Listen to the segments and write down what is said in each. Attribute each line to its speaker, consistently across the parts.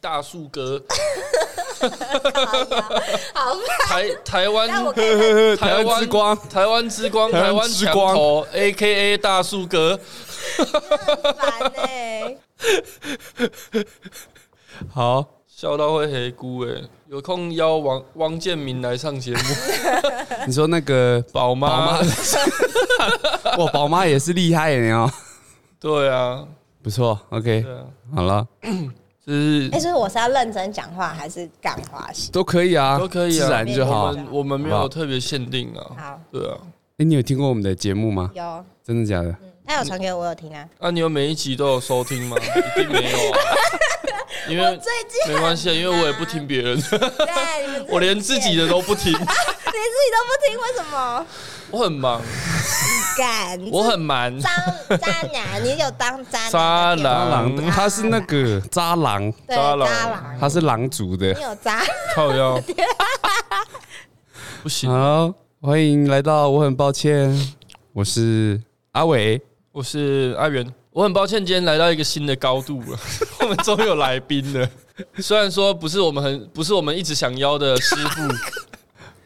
Speaker 1: 大树哥，
Speaker 2: 好
Speaker 1: 台台湾
Speaker 2: 那我可以问
Speaker 1: 台
Speaker 3: 台湾
Speaker 1: 湾
Speaker 3: 之光
Speaker 1: 台湾之光，
Speaker 3: 台湾
Speaker 1: 台湾
Speaker 3: 之
Speaker 1: 强
Speaker 3: 光
Speaker 1: 头，A K A 大树哥，
Speaker 2: 很烦哎，
Speaker 3: 好，
Speaker 1: 笑到会黑菇哎、有空邀王汪建民来上节目，
Speaker 3: 你说那个
Speaker 1: 宝
Speaker 3: 宝妈
Speaker 1: 妈，，
Speaker 3: 哇，宝妈也是厉害的哦，欸
Speaker 1: 对啊，
Speaker 3: 不错，OK，哦
Speaker 1: 对啊，
Speaker 3: 好了，
Speaker 1: 就是
Speaker 2: 哎，所以我是要认真讲话还是干话型？
Speaker 3: 都可以啊，
Speaker 1: 都可以啊
Speaker 3: 自然就
Speaker 1: 我
Speaker 3: 好。
Speaker 1: 们我们没
Speaker 3: 好不
Speaker 1: 有
Speaker 3: 好
Speaker 1: 特别限定啊，
Speaker 2: 好，
Speaker 1: 对啊，
Speaker 3: 哎，你有听过我们的节目吗？
Speaker 2: 有，
Speaker 3: 真的假的？
Speaker 2: 嗯，他有传给我，我有听啊。
Speaker 1: 那、你有每一集都有收听 吗？一定没有啊，因
Speaker 2: 我
Speaker 1: 为
Speaker 2: 最近
Speaker 1: 没关系，啊，因为我也不听别人，
Speaker 2: 对你们
Speaker 1: 我连自己
Speaker 2: 的
Speaker 1: 的都不听，
Speaker 2: 连自己都不听，为什么？
Speaker 1: 我很忙，
Speaker 2: 敢
Speaker 1: 我很忙，
Speaker 2: 当渣男，你有当渣男的
Speaker 1: 渣男
Speaker 2: 天
Speaker 3: 渣
Speaker 1: 狼
Speaker 3: 狼，他是 那个渣狼，
Speaker 2: 嗯对
Speaker 1: 渣
Speaker 2: 渣
Speaker 1: 男
Speaker 2: 男，
Speaker 3: 他是狼族的
Speaker 2: 你。有渣？
Speaker 1: 靠腰，不行，
Speaker 3: 好，欢迎来到，我很抱歉，我是阿伟。
Speaker 1: 我是阿元，我很抱歉今天来到一个新的高度了，我们终于有来宾了。虽然说不是我们很不是我们一直想邀的师傅，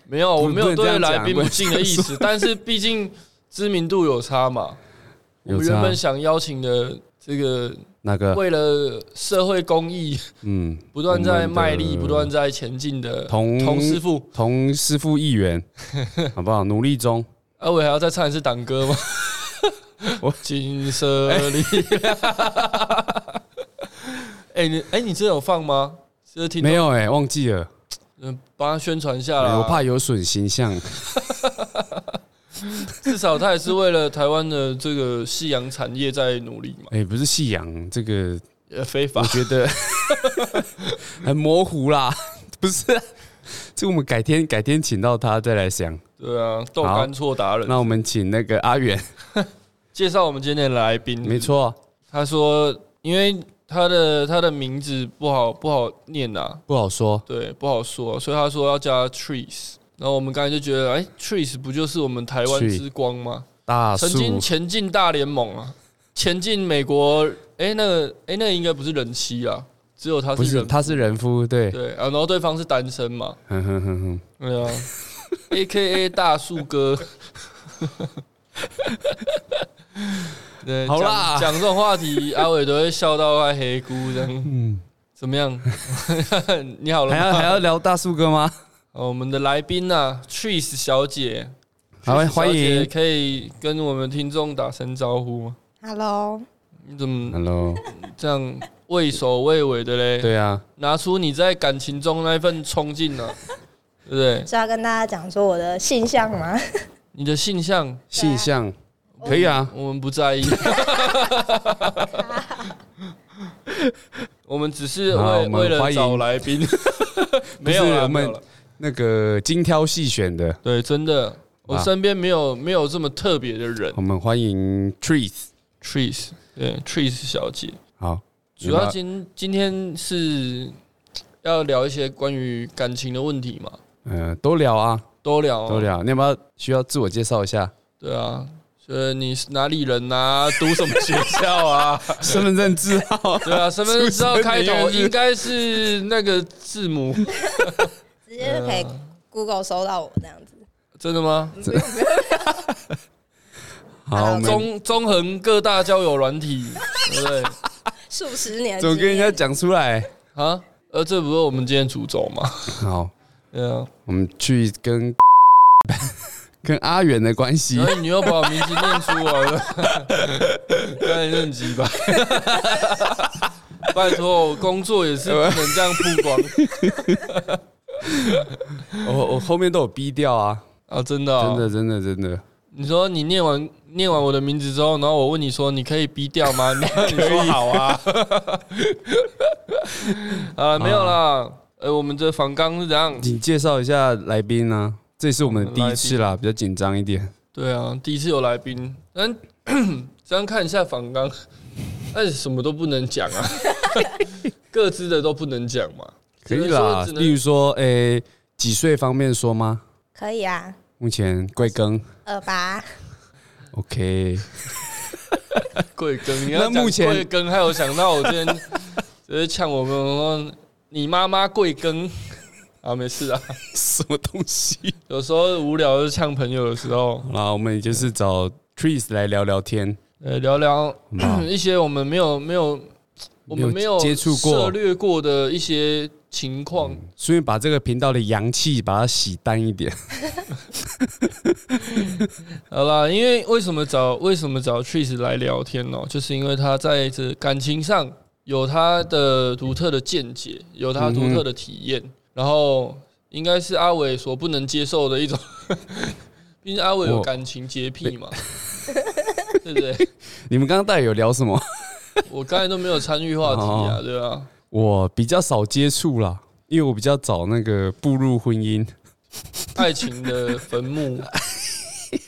Speaker 1: 没有，我没有
Speaker 3: 不能这
Speaker 1: 对
Speaker 3: 样讲
Speaker 1: 来宾不敬的意思，但是毕竟知名度有差嘛。我
Speaker 3: 有
Speaker 1: 们
Speaker 3: 差
Speaker 1: 原本想邀请的这个，
Speaker 3: 那个，
Speaker 1: 为了社会公益
Speaker 3: 嗯，
Speaker 1: 不断
Speaker 3: 我
Speaker 1: 在
Speaker 3: 们的
Speaker 1: 卖力、不断在前进的
Speaker 3: 童
Speaker 1: 童师傅，
Speaker 3: 同师傅一 员，好不好？努力中。
Speaker 1: 阿啊伟还要再唱一次党歌 吗？
Speaker 3: 我
Speaker 1: 金色力量。 哎、你哎、你真的有放吗？这听
Speaker 3: 没有哎、忘记了，
Speaker 1: 嗯，帮他宣传一
Speaker 2: 呃
Speaker 1: 下啦。
Speaker 3: 我怕有损形象。
Speaker 1: 至少他也是为了台湾的这个夕阳产业在努力嘛。
Speaker 3: 哎、不是夕阳，这个
Speaker 1: 呃，非法
Speaker 3: 我觉得 很模糊啦， 不是啊、这我们改天改天请到他再来想。
Speaker 1: 对啊，豆干错达人。
Speaker 3: 那我们请那个阿远，
Speaker 1: 介绍我们今天的来宾，
Speaker 3: 没，错，
Speaker 1: 他说因为他的他的名字不好不好念呐、啊，
Speaker 3: 不好说。
Speaker 1: 对，不好说，所以他说要加 trees。然后我们刚才就觉得，哎，trees 不就是我们台湾
Speaker 3: Tree
Speaker 1: 之光吗？
Speaker 3: 大
Speaker 1: 曾经
Speaker 3: 树
Speaker 1: 前进大联盟啊，前进美国，哎、那个，哎、那个应该不是人妻啊，只有他
Speaker 3: 不
Speaker 1: 是
Speaker 3: 是
Speaker 1: 人，
Speaker 3: 他是人夫，对，
Speaker 1: 对啊，然后对方是单身嘛，
Speaker 3: 哼哼哼哼，
Speaker 1: 对啊，A K A 大树哥，对，
Speaker 3: 好啦
Speaker 1: 讲讲这种话题，阿伟都会笑到快黑咕这样，嗯，怎么样？ 你好了
Speaker 3: 还
Speaker 1: 吗
Speaker 3: 要还要聊大树哥吗？
Speaker 1: 哦，我们的来宾呐、t r e e s 小姐，
Speaker 3: 好，
Speaker 1: Trees
Speaker 3: 欢
Speaker 1: 小姐
Speaker 3: 迎。
Speaker 1: 可以跟我们听众打声招呼吗？
Speaker 2: Hello，
Speaker 1: 你怎么
Speaker 3: Hello，
Speaker 1: 这样畏首畏尾的嘞？
Speaker 3: 对啊，
Speaker 1: 拿出你在感情中那一份冲劲呢、 对不对？
Speaker 2: 是要跟大家讲说我的性向吗？
Speaker 1: 你的性向
Speaker 3: 性向可以啊，
Speaker 1: 我们不在意， 我们只是
Speaker 3: 好
Speaker 1: 为
Speaker 3: 我们
Speaker 1: 为了
Speaker 3: 欢迎
Speaker 1: 找来 宾，没有
Speaker 3: 不是
Speaker 1: 啦，没
Speaker 3: 我们
Speaker 1: 有啦。
Speaker 3: 那个精挑细选的，
Speaker 1: 对，真的，我
Speaker 3: 啊
Speaker 1: 身边没有没有这么特别的人
Speaker 3: 我们欢迎 Trees。
Speaker 1: ，Trees，对，Trees 小姐。
Speaker 3: 好，
Speaker 1: 主要今今天是要聊一些关于感情的问题嘛，
Speaker 3: 嗯、呃，都聊啊，
Speaker 1: 都聊、啊，
Speaker 3: 都聊。你要不要需要自我介绍一 下？
Speaker 1: 对啊，所以你是哪里人啊？读什么学校 啊？
Speaker 3: 身份证字 号
Speaker 1: 对啊，身份证照开头应该是那个字母，
Speaker 2: 直接就可以 Google 搜到我这样子。
Speaker 1: 真的吗？
Speaker 3: 好，我们
Speaker 1: 综综合各大交友软体，对不对？
Speaker 2: 数十年
Speaker 3: 怎么跟人家讲出来？
Speaker 1: 啊，呃，这不是我们今天主轴嘛？
Speaker 3: 好，
Speaker 1: 对啊，
Speaker 3: 我们去跟 跟阿远的关系
Speaker 1: 然。后你又把我名字念出来了， 该认几吧？ 拜托，我工作也是不能这样曝 光
Speaker 3: 我我后面都有逼掉啊，
Speaker 1: 啊！真的、
Speaker 3: 真。的真的真的，
Speaker 1: 你说你念完念完我的名字之后，然后我问你说你可以逼掉吗？ 你你说好 啊。啊，没有啦。呃，我们这房刚是这样。
Speaker 3: 请介绍一下来宾啊，这是我们的第一次啦，比较紧张一点。
Speaker 1: 对啊，第一次有来宾，但 这样看一下房刚，但什么都不能讲啊， 各自的都不能讲嘛。
Speaker 3: 可以啦，
Speaker 1: 只能说只能
Speaker 3: 例如说，诶、几岁方便说吗？
Speaker 2: 可以啊，
Speaker 3: 目前贵庚
Speaker 2: 二八
Speaker 3: ？OK，
Speaker 1: 贵庚，你要
Speaker 3: 那目前
Speaker 1: 贵庚，还有想到我今天直接呛我们说，你妈妈贵庚？ 啊，没事啊。
Speaker 3: 什么东西？
Speaker 1: 有时候无聊就呛朋友的时候，
Speaker 3: 好啦，我们也就是找 Trees 来聊聊天，
Speaker 1: 呃，聊聊
Speaker 3: 好不 好
Speaker 1: 一些我们没有没有我们没有
Speaker 3: 嗯接触过
Speaker 1: 涉略过的一些情况。
Speaker 3: 顺便把这个频道的阳气把它洗淡一点。
Speaker 1: 好啦，因为为什么找为什么找 Trees 来聊天哦，就是因为他在这感情上有他的独特的见解，有他独特的体验，然后应该是阿伟所不能接受的一种， 毕竟阿伟有
Speaker 3: 我
Speaker 1: 感情洁癖嘛，对不对？
Speaker 3: 你们刚刚到底有聊什么？
Speaker 1: 我刚才都没有参与话题
Speaker 3: 哦
Speaker 1: 啊，对吧、
Speaker 3: 我比较少接触啦，因为我比较早那个步入婚姻，
Speaker 1: 爱情的坟墓，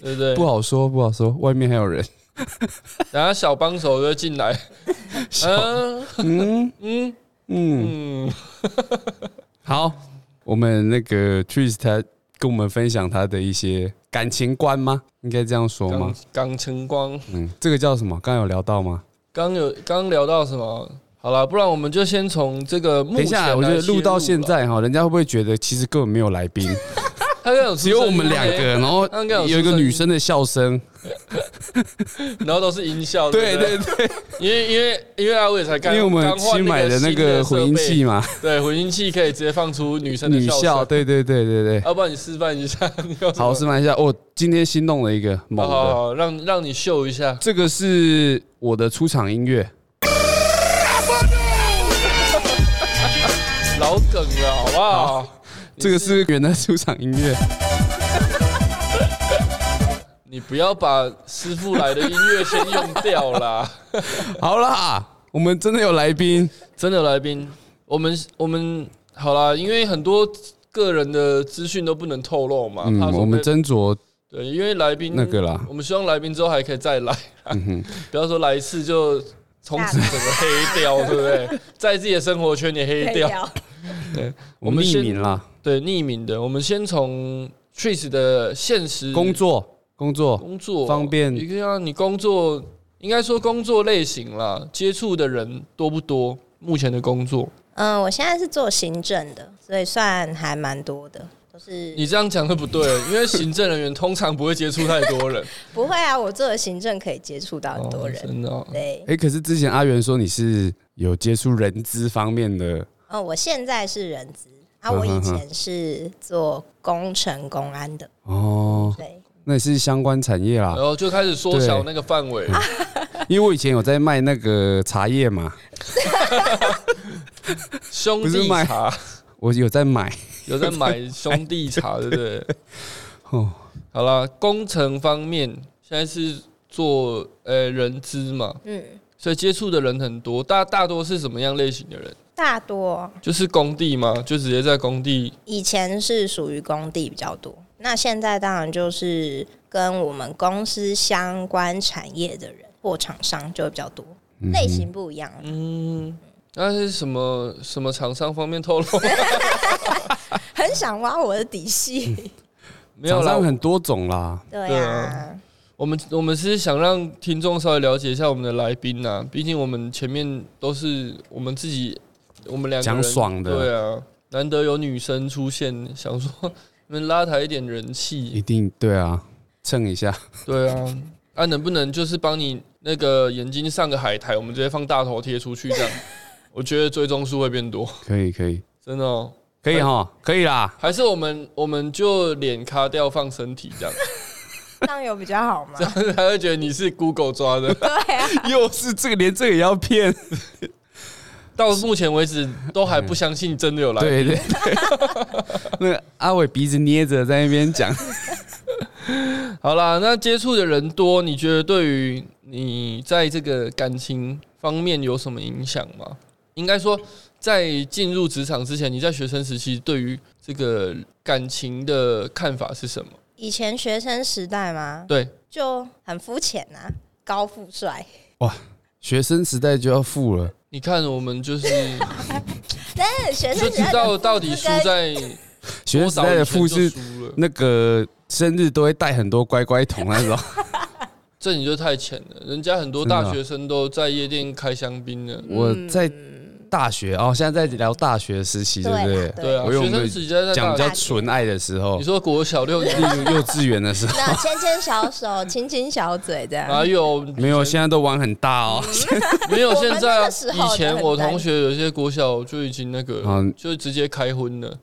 Speaker 1: 对不对？
Speaker 3: 不好说，不好说，外面还有人。
Speaker 1: 然后小帮手就进来，嗯
Speaker 3: 嗯
Speaker 1: 嗯
Speaker 3: 嗯，
Speaker 1: 嗯，
Speaker 3: 好，我们那个 Trees 他跟我们分享他的一些感情观吗？应该这样说吗
Speaker 1: 港？港晨光。
Speaker 3: 嗯，这个叫什么？刚刚有聊到吗？
Speaker 1: 刚有刚聊到什么？好了，不然我们就先从这个目前
Speaker 3: 等一下，我觉得录到现，
Speaker 1: 啊
Speaker 3: 在哈，人家会不会觉得其实根本没有 来宾，
Speaker 1: 他刚有出
Speaker 3: 只有我
Speaker 1: 声
Speaker 3: 们
Speaker 1: 音
Speaker 3: 两 个，，然后
Speaker 1: 他应该有出
Speaker 3: 有一个
Speaker 1: 声音
Speaker 3: 女生的笑声？
Speaker 1: 然后都是音效，
Speaker 3: 对
Speaker 1: 对
Speaker 3: 对
Speaker 1: 不
Speaker 3: 对，
Speaker 1: 因为因为因为阿伟才
Speaker 3: 因
Speaker 1: 刚，
Speaker 3: 为我们
Speaker 1: 刚换
Speaker 3: 新买的那个
Speaker 1: 新的
Speaker 3: 混音器
Speaker 1: 设
Speaker 3: 嘛，
Speaker 1: 备，对混音器可以直接放出女生的
Speaker 3: 女
Speaker 1: 笑
Speaker 3: 校，
Speaker 1: 声，啊
Speaker 3: 对对对对对。
Speaker 1: 要不然你示范一下， 你有什么
Speaker 3: 好，示范一下，我今天新弄了一个猛
Speaker 1: 好好
Speaker 3: 的，
Speaker 1: 好，让让你秀一下，
Speaker 3: 这个是我的出场音乐，
Speaker 1: 老梗了，好不好？你
Speaker 3: 这个是圆的出场音乐。
Speaker 1: 你不要把师傅来的音乐先用掉啦。
Speaker 3: 好啦，我们真的有来宾，
Speaker 1: 真的来宾，我们我们好啦，因为很多个人的资讯都不能透露嘛，
Speaker 3: 嗯
Speaker 1: 怕，说
Speaker 3: 我们
Speaker 1: 被
Speaker 3: 斟酌
Speaker 1: 对，因为来宾
Speaker 3: 那个啦嗯
Speaker 1: 我们希望来宾之后还可以再来， 不要说来一次就从此整个黑掉，对不 对？在自己的生活圈也黑掉，
Speaker 2: 聊
Speaker 3: 我
Speaker 1: 我们
Speaker 3: 们匿
Speaker 1: 先
Speaker 3: 名啦，
Speaker 1: 对，匿名的，我们先从 Trace 的现实
Speaker 3: 工作工作，
Speaker 1: 工作
Speaker 3: 方便
Speaker 1: 一个要你工作，应该说工作类型啦，接触的人多不多？目前的工作，
Speaker 2: 嗯，我现在是做行政的，所以算还蛮多的，都是
Speaker 1: 你这样讲的不对，因为行政人员通常不会接触太多人，
Speaker 2: 不会啊，我做的行政可以接触到 很多
Speaker 1: 哦
Speaker 2: 人，
Speaker 1: 真的哦、
Speaker 2: 对，
Speaker 3: 哎，可是之前阿元说你是有接触人资方面的，
Speaker 2: 哦，我现在是人资啊，
Speaker 3: 嗯
Speaker 2: 我以
Speaker 3: 哼哼
Speaker 2: 前是做工程公安的，
Speaker 3: 哦，
Speaker 2: 对，
Speaker 3: 那也是相关产业啦
Speaker 1: 然，后就开始缩小
Speaker 3: 啊对
Speaker 1: 那个范围，
Speaker 3: 因为我以前有在卖那个茶叶嘛，
Speaker 1: 兄
Speaker 3: 不
Speaker 1: 弟
Speaker 3: 是卖
Speaker 1: 茶
Speaker 3: 我有在买，
Speaker 1: 有在买兄弟茶，对不对？
Speaker 3: 哦，
Speaker 1: 好啦，工程方面现在是做呃人资嘛，
Speaker 2: 嗯，
Speaker 1: 所以接触的人很多，大大多是什么样类型的人？
Speaker 2: 大多
Speaker 1: 就是工地嘛，就直接在工地
Speaker 2: 以前是属于工地比较多，那现在当然就是跟我们公司相关产业的人或厂商就会比较多，
Speaker 3: 嗯
Speaker 2: 类型不一样。
Speaker 1: 嗯。那是什么什么厂商方面透露？
Speaker 2: 很想挖我的底
Speaker 3: 嗯
Speaker 2: 细，
Speaker 1: 没有
Speaker 3: 厂
Speaker 1: 啦
Speaker 3: 商，很多种啦，
Speaker 2: 对
Speaker 1: 对
Speaker 2: 啊
Speaker 1: 啊，我们我们是想让听众稍微了解一下我们的来宾呐、毕竟我们前面都是我们自己，我们两个人
Speaker 3: 讲爽的
Speaker 1: 对啊，难得有女生出现，想说你们拉抬一点人
Speaker 3: 一
Speaker 1: 气，
Speaker 3: 定对啊，蹭一下。
Speaker 1: 对啊，啊能不能就是帮你那个眼睛上个海苔，我们直接放大头贴出去 这样，我觉得追踪数会变多，
Speaker 3: 可以可以
Speaker 1: 真的哦，
Speaker 3: 可以哈，可以啦。
Speaker 1: 还是我们我们就脸卡掉放身体这样，
Speaker 2: 这样有比较好吗
Speaker 1: 这？样他会觉得你是 Google 抓的。
Speaker 2: 对啊，
Speaker 3: 又是这个，连这个也要骗？
Speaker 1: 到目前为止都还不相信真的有来宾
Speaker 3: 对对对。 那个阿伟鼻子捏着在那边讲，
Speaker 1: 好啦，那接触的人多，你觉得对于你在这个感情方面有什么影响吗？应该说，在进入职场之前，你在学生时期对于这个感情的看法是什么？
Speaker 2: 以前学生时代嘛，
Speaker 1: 对，
Speaker 2: 就很肤浅啊，高富帅。
Speaker 3: 学生时代就要富了，
Speaker 1: 你看我们就是
Speaker 2: 但学
Speaker 1: 就
Speaker 2: 生时
Speaker 1: 知
Speaker 2: 代
Speaker 1: 道
Speaker 2: 的
Speaker 1: 到底输在
Speaker 3: 学生
Speaker 1: 多
Speaker 3: 时
Speaker 1: 少
Speaker 3: 代
Speaker 1: 以
Speaker 3: 的
Speaker 1: 前
Speaker 3: 富
Speaker 1: 就是输了，
Speaker 3: 那个生日都会带很多乖乖桶那种。
Speaker 1: 这你就太浅了。人家很多
Speaker 3: 真的啊嗯
Speaker 1: 大学生都在夜店开香槟了，
Speaker 3: 我在大学哦，现在在聊大学时期，对
Speaker 2: 对啦
Speaker 3: 不对？
Speaker 2: 对
Speaker 1: 对啊，
Speaker 3: 我有
Speaker 1: 学
Speaker 3: 没
Speaker 1: 生
Speaker 3: 有
Speaker 1: 时期在
Speaker 3: 讲
Speaker 1: 大
Speaker 3: 比较纯爱的时候
Speaker 1: 你，说国小六年 级
Speaker 3: 幼幼稚园的时候，
Speaker 2: 那牵牵啊小手， 亲亲小嘴这样。
Speaker 1: 哪有？
Speaker 3: 没有，现在都玩很大哦。
Speaker 1: 没有
Speaker 2: 我们
Speaker 1: 现在
Speaker 2: 那
Speaker 1: 啊
Speaker 2: 个时，候
Speaker 1: 以前
Speaker 2: 的
Speaker 1: 我
Speaker 2: 很单
Speaker 1: 同学有些国小就已经那个了
Speaker 3: 嗯，
Speaker 1: 就直接开荤了，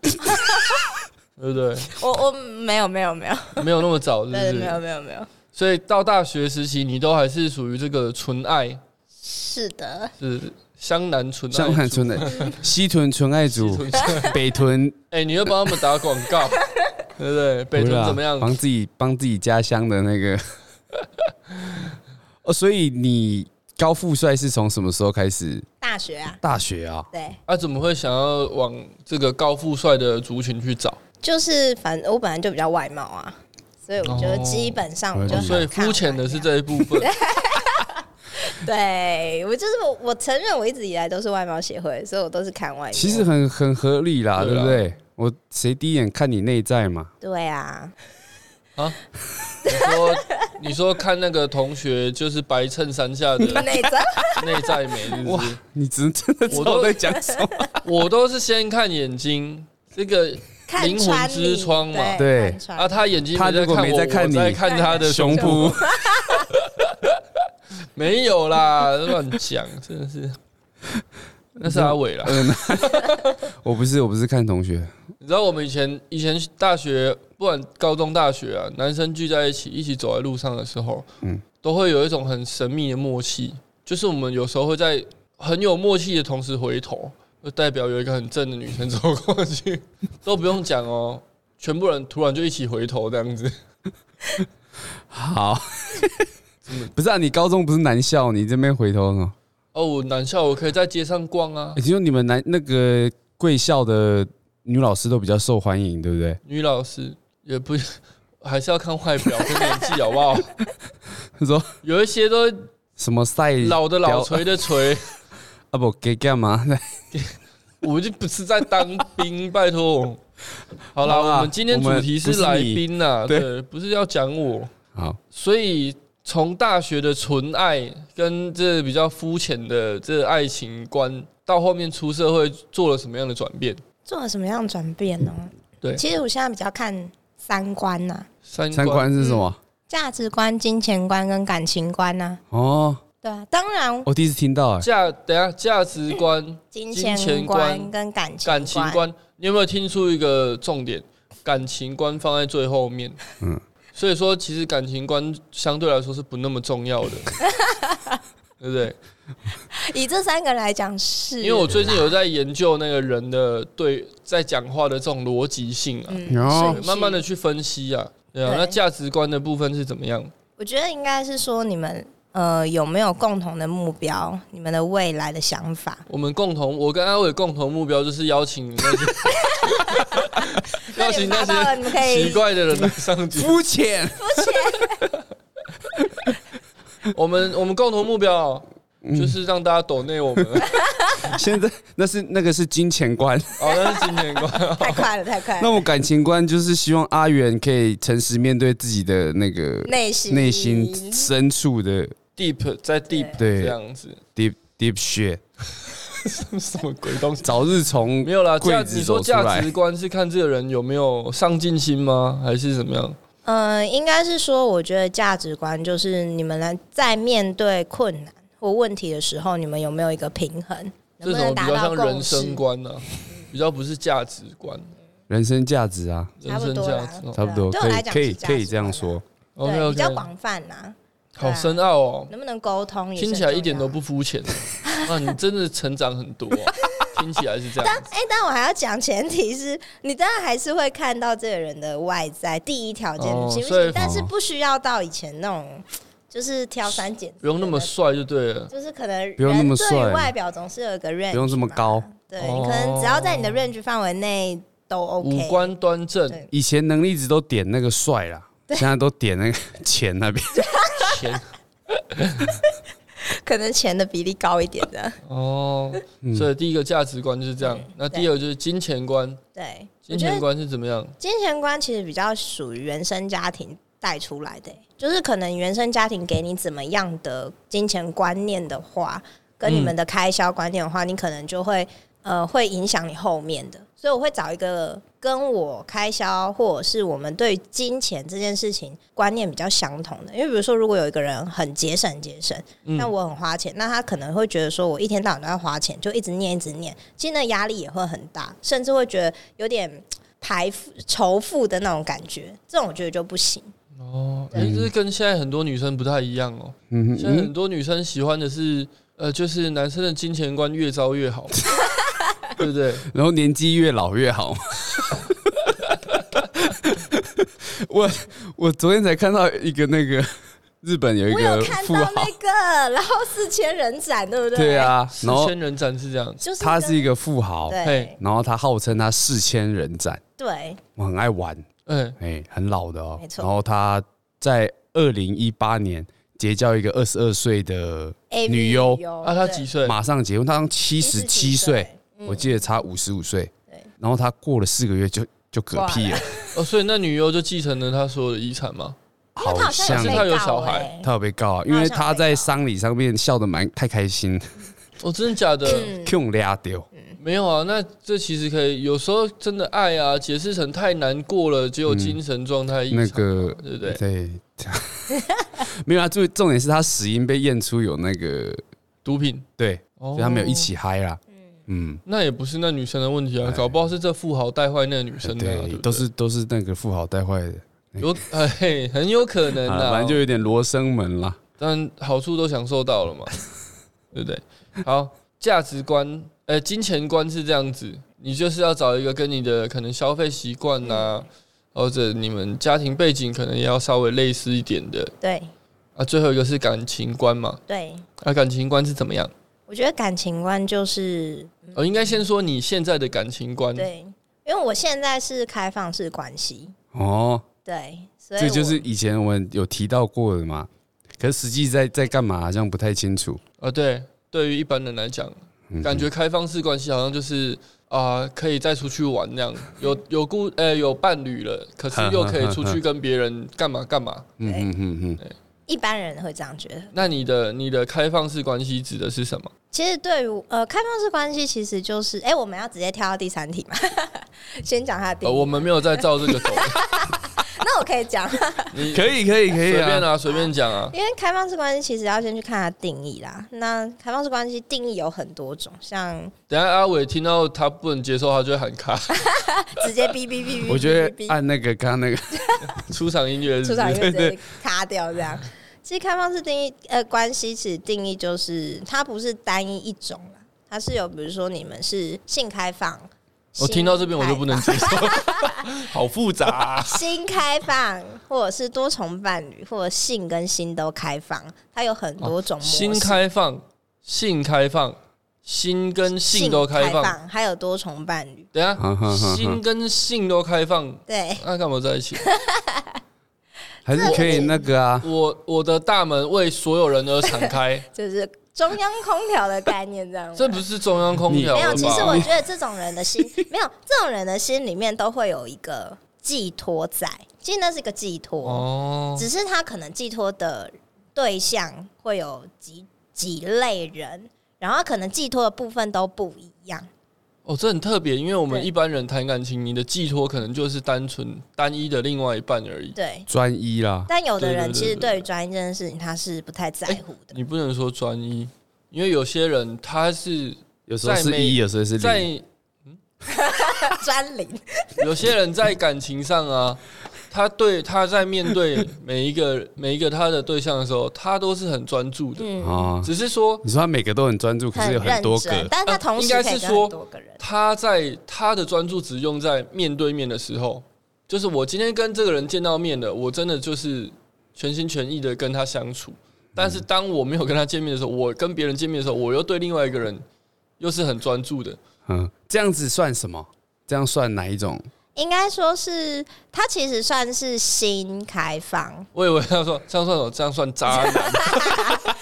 Speaker 1: 对不对？
Speaker 2: 我我没有没有没有，
Speaker 1: 没有那么早，是不
Speaker 2: 对，没有
Speaker 1: 是？
Speaker 2: 没有没有，
Speaker 1: 所以到大学时期，你都还是属于这个纯爱，
Speaker 2: 是的，
Speaker 1: 是湘南纯爱，
Speaker 3: 像看纯爱，西屯纯爱
Speaker 1: 西
Speaker 3: 组
Speaker 1: 屯，纯爱
Speaker 3: 北屯
Speaker 1: 哎，你要帮他们打广 告，对不对？北
Speaker 3: 不是
Speaker 1: 屯
Speaker 3: 啊
Speaker 1: 怎么样？
Speaker 3: 帮自己帮自己家乡的那个。 哦，所以你高富帅是从什么时候开始？
Speaker 2: 大学啊，
Speaker 3: 大学啊，
Speaker 2: 对，
Speaker 1: 啊，怎么会想要往这个高富帅的族群去找？
Speaker 2: 就是反正我本来就比较外貌啊，所以我觉得基本上我就
Speaker 3: 哦
Speaker 1: 所以肤浅的是
Speaker 2: 这，
Speaker 1: 这一部 分，
Speaker 2: 对我就是我我承认我一直以来都是外貌协会，所以我都是看外貌。
Speaker 3: 其实很很合理啦，
Speaker 1: 对
Speaker 3: 对
Speaker 1: 啊
Speaker 3: 不对？我谁第一眼看你内在嘛？
Speaker 2: 对啊，
Speaker 1: 你说你说看那个同学就是白衬衫下的
Speaker 2: 那张
Speaker 1: 内在美，是不
Speaker 3: 哇
Speaker 1: 是？
Speaker 3: 你真真的知
Speaker 1: 我
Speaker 3: 道
Speaker 1: 都
Speaker 3: 我在讲什么？
Speaker 1: 我都是先看眼睛，这个
Speaker 2: 看
Speaker 1: 灵魂
Speaker 2: 穿
Speaker 1: 之
Speaker 2: 你
Speaker 1: 窗嘛
Speaker 3: 对
Speaker 2: 看穿
Speaker 1: 啊，他眼睛
Speaker 3: 他如果
Speaker 1: 看
Speaker 3: 没
Speaker 1: 我，
Speaker 3: 在看
Speaker 1: 我
Speaker 3: 你
Speaker 1: 在看他的
Speaker 3: 胸
Speaker 1: 胸部，
Speaker 3: 部，
Speaker 1: 没有啦，乱讲，真的是。那是阿伟
Speaker 3: 嗯
Speaker 1: 啦，
Speaker 3: 我不是我不是看同学，
Speaker 1: 你知道我们以前以前大学，不管高中、大学啊，男生聚在一起，一起走在路上的时候，
Speaker 3: 嗯
Speaker 1: 嗯，都会有一种很神秘的默契，就是我们有时候会在很有默契的同时回头，就代表有一个很正的女生走过去， 都不用讲哦，全部人突然就一起回头这样子。
Speaker 3: 好，不是啊？你高中不是男校，你这边回头呢？
Speaker 1: 哦，我男校我可以在街上逛啊
Speaker 3: 欸，听说你们男那个贵校的女老师都比较受欢迎，对不对？
Speaker 1: 女老师也不 还是要看外表跟年纪好不 好？
Speaker 3: 他说
Speaker 1: 有一些都
Speaker 3: 什么赛
Speaker 1: 老的
Speaker 3: 哎屌
Speaker 1: 老，锤的锤，
Speaker 3: 啊不给干嘛？
Speaker 1: 我就不是在当兵，拜托。好啦，
Speaker 3: 好啦
Speaker 1: 我们今天
Speaker 3: 我们
Speaker 1: 主题
Speaker 3: 不是
Speaker 1: 是
Speaker 3: 你
Speaker 1: 来宾呐，
Speaker 3: 对
Speaker 1: 对，不是要讲我，
Speaker 3: 好，
Speaker 1: 所以。从大学的纯爱跟这比较肤浅的这爱情观，到后面出社会做了什么样的转变？
Speaker 2: 做了什么样的转变呢？
Speaker 1: 对
Speaker 2: 其实我现在比较看三观呐、
Speaker 1: 三
Speaker 3: 三观是什么？
Speaker 2: 价值观、金钱观跟感情观呐、
Speaker 3: 哦，
Speaker 2: 对啊，当然
Speaker 3: 我第一次听到哎、
Speaker 1: 价，等一下价值观、
Speaker 2: 金
Speaker 1: 金
Speaker 2: 钱
Speaker 1: 钱
Speaker 2: 观
Speaker 1: 观
Speaker 2: 跟感情
Speaker 1: 感情观，你有没有听出一个重点？感情观放在最后面。
Speaker 3: 嗯
Speaker 1: 嗯，所以说其实感情观相对来说是不那么重要的，对不对？
Speaker 2: 以这三个来讲是，
Speaker 1: 因为我最近有在研究那个人的对在讲话的这种逻辑性啊，
Speaker 2: 嗯
Speaker 3: 然后
Speaker 2: 顺序
Speaker 1: 慢慢的去分析啊。对啊，
Speaker 2: 对
Speaker 1: 那价值观的部分是怎么样？
Speaker 2: 我觉得应该是说你们呃有没有共同的目标，你们的未来的想法，
Speaker 1: 我们共同，我跟阿伟共同目标就是邀请那些邀请那
Speaker 2: 那你们达到了你们可
Speaker 1: 些
Speaker 2: 以
Speaker 1: 奇怪的人来上节目。
Speaker 3: 肤浅，
Speaker 1: 我们我们共同目标哦
Speaker 3: 嗯
Speaker 1: 就是让大家抖内我 们。
Speaker 3: 现在那是那个是金钱观，
Speaker 1: 哦，那是金钱观。
Speaker 2: 太快了，太快
Speaker 3: 那
Speaker 2: 了，
Speaker 3: 我感情观就是希望阿元可以诚实面对自己的那个
Speaker 2: 内心
Speaker 3: 内心深处的
Speaker 1: deep 在 deep
Speaker 3: 对
Speaker 1: 这样子，
Speaker 3: deep deep shit，
Speaker 1: 什么鬼东西？
Speaker 3: 早日从
Speaker 1: 没有啦，
Speaker 3: 柜
Speaker 1: 价
Speaker 3: 子
Speaker 1: 你说
Speaker 3: 走出来
Speaker 1: 价值观是看这个人有没有上进心吗？还是怎么样？
Speaker 2: 呃，应该是说，我觉得价值观就是你们来在面对困难或问题的时候，你们有没有一个平衡，
Speaker 1: 这
Speaker 2: 能不
Speaker 1: 种
Speaker 2: 能
Speaker 1: 比
Speaker 2: 达
Speaker 1: 较
Speaker 2: 到
Speaker 1: 像
Speaker 2: 共
Speaker 1: 人
Speaker 2: 识嗯
Speaker 1: 生？观呢、啊比较不是价值观，
Speaker 3: 人生价值啊，
Speaker 2: 差
Speaker 1: 人
Speaker 2: 不
Speaker 1: 生
Speaker 2: 多
Speaker 1: 价
Speaker 2: 啦
Speaker 1: 值、哦。
Speaker 3: 差不多
Speaker 2: 对啊对
Speaker 3: 可
Speaker 2: 我
Speaker 3: 以
Speaker 2: 来讲
Speaker 3: 可以
Speaker 2: 是价值
Speaker 3: 可以这样
Speaker 2: 观啊
Speaker 3: 说，
Speaker 1: OK
Speaker 2: 对，比较
Speaker 1: OK，
Speaker 2: 广啊泛啦、
Speaker 1: 哦好深奥哦，
Speaker 2: 能不能沟通也是
Speaker 1: 听起
Speaker 2: 很
Speaker 1: 来
Speaker 2: 重
Speaker 1: 一点
Speaker 2: 要
Speaker 1: 都。不肤 浅。哇，你真的成长很多、啊，听起来是 这样子。
Speaker 2: 哎、但我还要讲，前提是你当然还是会看到这个人的外在第一条件
Speaker 1: 哦
Speaker 2: 行不
Speaker 1: 所以
Speaker 2: 行，但是不需要到以前那种就是挑三拣四，
Speaker 1: 不用那么，帅就对了，
Speaker 2: 就是可能
Speaker 3: 不用那么帅
Speaker 2: 人对于外表总是有一个 range，
Speaker 3: 不用这么
Speaker 2: 嘛
Speaker 3: 高。
Speaker 2: 对
Speaker 1: 哦
Speaker 2: 你可能只要在你的 range 范围内都 OK。
Speaker 1: 五官端正，
Speaker 2: 对
Speaker 3: 以前能力值都点那个帅啦，现在都点那个钱那边。
Speaker 1: 钱
Speaker 2: 可能钱的比例高一点的，
Speaker 1: 哦。
Speaker 3: 嗯
Speaker 1: 所以第一个价值观就是这样，那第二个就是金钱观，
Speaker 2: 对，我
Speaker 1: 金
Speaker 2: 觉
Speaker 1: 钱
Speaker 2: 得
Speaker 1: 观是怎么样？
Speaker 2: 金钱观其实比较属于原生家庭带出来的欸、就是可能原生家庭给你怎么样的金钱观念的话，跟你们的开销观念的话，你可能就会呃会影响你后面的。所以我会找一个跟我开销或者是我们对金钱这件事情观念比较相同的。因为比如说，如果有一个人很节省节省，
Speaker 1: 嗯
Speaker 2: 那我很花钱，那他可能会觉得说我一天到晚都在花钱，就一直念一直念，其实那压力也会很大，甚至会觉得有点排富仇富的那种感觉。这种我觉得就不行。
Speaker 1: 哦，哎、这跟现在很多女生不太一样哦。
Speaker 3: 嗯哼
Speaker 1: 现在很
Speaker 3: 嗯，
Speaker 1: 多女生喜欢的是，呃，就是男生的金钱观越糟越 好，对不对？
Speaker 3: 然后年纪越老越好。 我我昨天才看到一个那个日本有一
Speaker 2: 我有
Speaker 3: 个
Speaker 2: 看
Speaker 3: 富
Speaker 2: 到
Speaker 3: 豪
Speaker 2: 那，个，然后四千人展，对不对？
Speaker 3: 对，啊，
Speaker 1: 四
Speaker 3: 然后
Speaker 1: 千人展是这样，
Speaker 2: 就是
Speaker 3: 他
Speaker 2: 跟
Speaker 3: 是一个富豪，
Speaker 1: 嘿
Speaker 2: 对
Speaker 3: 然后他号称他四千人斩，
Speaker 2: 对，
Speaker 3: 我很爱玩，
Speaker 1: 哎、
Speaker 3: 哎、很老的哦。
Speaker 2: 没错
Speaker 3: 然后他在二零一八年结交一个二十二岁的，
Speaker 2: AV
Speaker 3: 女优
Speaker 1: 啊，他几
Speaker 2: 哦对
Speaker 1: 岁？
Speaker 3: 马上结婚，他刚七十七
Speaker 2: 77
Speaker 3: 岁，
Speaker 2: 岁，
Speaker 3: 我记得差五十五岁
Speaker 2: 对。
Speaker 3: 然后他过了四个月就就嗝屁了，
Speaker 1: 哦，所以那女优就继承了他所有的遗产吗？
Speaker 2: 因为他好像
Speaker 1: 像
Speaker 2: 被
Speaker 1: 他有
Speaker 2: 告
Speaker 1: 小孩
Speaker 2: 欸
Speaker 3: 他有被告啊，因为他在丧礼上面笑得蛮太开心，
Speaker 1: 哦，真的假的？
Speaker 2: 嗯，
Speaker 3: 穷俩丢。
Speaker 1: 没有啊，那这其实可以，有时候真的爱啊，解释成太难过了，只有精神状态异常，
Speaker 3: 嗯那个
Speaker 1: 对不对？
Speaker 3: 对， 没有啊，最重点是他死因被验出有那个
Speaker 1: 毒品，
Speaker 3: 对，
Speaker 1: 哦
Speaker 3: 所以他没有一，起嗨啦。嗯，
Speaker 1: 那也不是那女生的问题啊，搞不好是这富豪带坏那个女生的啊、对
Speaker 3: 哎对
Speaker 1: 不，对
Speaker 3: 都是都是那个富豪带坏的，
Speaker 1: 有 哎，嘿很有可能
Speaker 3: 啊
Speaker 1: 的、
Speaker 3: 反正就有点罗生门啦。
Speaker 1: 但好处都享受到了 嘛，对不对？好，价值观，呃，金钱观是这样子，你就是要找一个跟你的可能消费习惯呐，或者你们家庭背景可能也要稍微类似一点的
Speaker 2: 对
Speaker 1: 啊。最后一个是感情观嘛，
Speaker 2: 对，
Speaker 1: 啊，感情观是怎么样？
Speaker 2: 我觉得感情观就是
Speaker 1: 哦，应该先说你现在的感情观，
Speaker 2: 对，因为我现在是开放式关系，
Speaker 3: 哦，
Speaker 2: 对，所以
Speaker 3: 这就是
Speaker 2: 我
Speaker 3: 以前我们有提到过的嘛，可是实际在在干嘛好像不太清楚。
Speaker 1: 啊，对，对于一般人来讲，
Speaker 3: 嗯
Speaker 1: 感觉开放式关系好像就是啊、可以再出去玩那样，有有顾呃有伴侣了，可是又可以出去跟别人干嘛干嘛。
Speaker 3: 嗯嗯嗯嗯，
Speaker 2: 一般人会这样觉得。
Speaker 1: 那你的你的开放式关系指的是什么？
Speaker 2: 其实对于呃开放式关系，其实就是哎、我们要直接跳到第三题嘛， 先讲它的定
Speaker 1: 呃，
Speaker 2: 义。
Speaker 1: 我们没有在照这个走，
Speaker 2: 那我可以讲，
Speaker 1: 你
Speaker 3: 可以可以可
Speaker 1: 随
Speaker 3: 以
Speaker 1: 便
Speaker 3: 啊，
Speaker 1: 啊，随便讲啊。
Speaker 2: 因为开放式关系其实要先去看它的定义啦。那开放式关系定义有很多种，像
Speaker 1: 等一下阿伟听到他不能接受，他就会喊卡
Speaker 2: 直接哔哔哔哔哔哔哔，
Speaker 3: 我觉得按那个刚刚那个，
Speaker 1: 出场音乐是
Speaker 2: 出
Speaker 1: 不
Speaker 2: 场
Speaker 1: 是。
Speaker 2: 就直接卡掉这样。其实开放式定义呃关系，其实定义就是它不是单一一种啦，它是有比如说你们是性开放，
Speaker 1: 我听到这边我就不能接受， 好复杂啊、
Speaker 2: 新开放，或者是多重伴侣，或者性跟心都开放，它有很多种 模式。
Speaker 1: 新开放、性开放、心跟性都开
Speaker 2: 性
Speaker 1: 放。
Speaker 2: 放，还有多重伴侣，
Speaker 1: 等一下，
Speaker 3: 哈哈哈
Speaker 1: 心跟性都开放，
Speaker 2: 对，
Speaker 1: 那干嘛在一起？
Speaker 3: 还是可以那个啊，
Speaker 1: 我我的大门为所有人而敞开，
Speaker 2: 就是中央空调的概念这样吗。
Speaker 1: 这不是中央空调了
Speaker 2: 没有，
Speaker 1: 吧？
Speaker 2: 哎其实我觉得这种人的心 没有，这种人的心里面都会有一个寄托在，其实那是一个寄托。
Speaker 1: 哦，
Speaker 2: 只是他可能寄托的对象会有几几类人，然后他可能寄托的部分都不一样。
Speaker 1: 哦，这很特别，因为我们
Speaker 2: 对
Speaker 1: 一般人谈感情，你的寄托可能就是单纯单一的另外一半而已。
Speaker 2: 对，
Speaker 3: 专一啦，
Speaker 2: 但有的
Speaker 1: 对对对
Speaker 2: 人其实
Speaker 1: 对
Speaker 2: 对于专一这件事情，他是不太在乎的。
Speaker 1: 你不能说专一，因为有些人他是
Speaker 3: 有时候是一，有时候是
Speaker 1: 在
Speaker 3: 零，
Speaker 2: 专灵，
Speaker 1: 有些人在感情上啊， 他对他在面对每一个每一个他的对象的时候，他都是很专 注的，
Speaker 2: 嗯，
Speaker 3: 啊。
Speaker 1: 只是说
Speaker 3: 你说他每个都很专注，可是有很
Speaker 2: 认
Speaker 3: 多
Speaker 2: 真，
Speaker 3: 个，
Speaker 2: 但是他
Speaker 1: 呃
Speaker 2: 同
Speaker 1: 应
Speaker 2: 时
Speaker 1: 该
Speaker 2: 可
Speaker 1: 是
Speaker 2: 以跟
Speaker 1: 说
Speaker 2: 很多个人。
Speaker 1: 他在他的专注只用在面对面的时候，就是我今天跟这个人见到面了，我真的就是全心全意的跟他相处。但
Speaker 2: 嗯
Speaker 1: 是当我没有跟他见面的时候，我跟别人见面的时候，我又对另外一个人又是很专注的。
Speaker 3: 嗯，这样子算什么？这样算哪一种？
Speaker 2: 应该说是他其实算是新开放。
Speaker 1: 我以为他说这样算什么？这样算渣 男？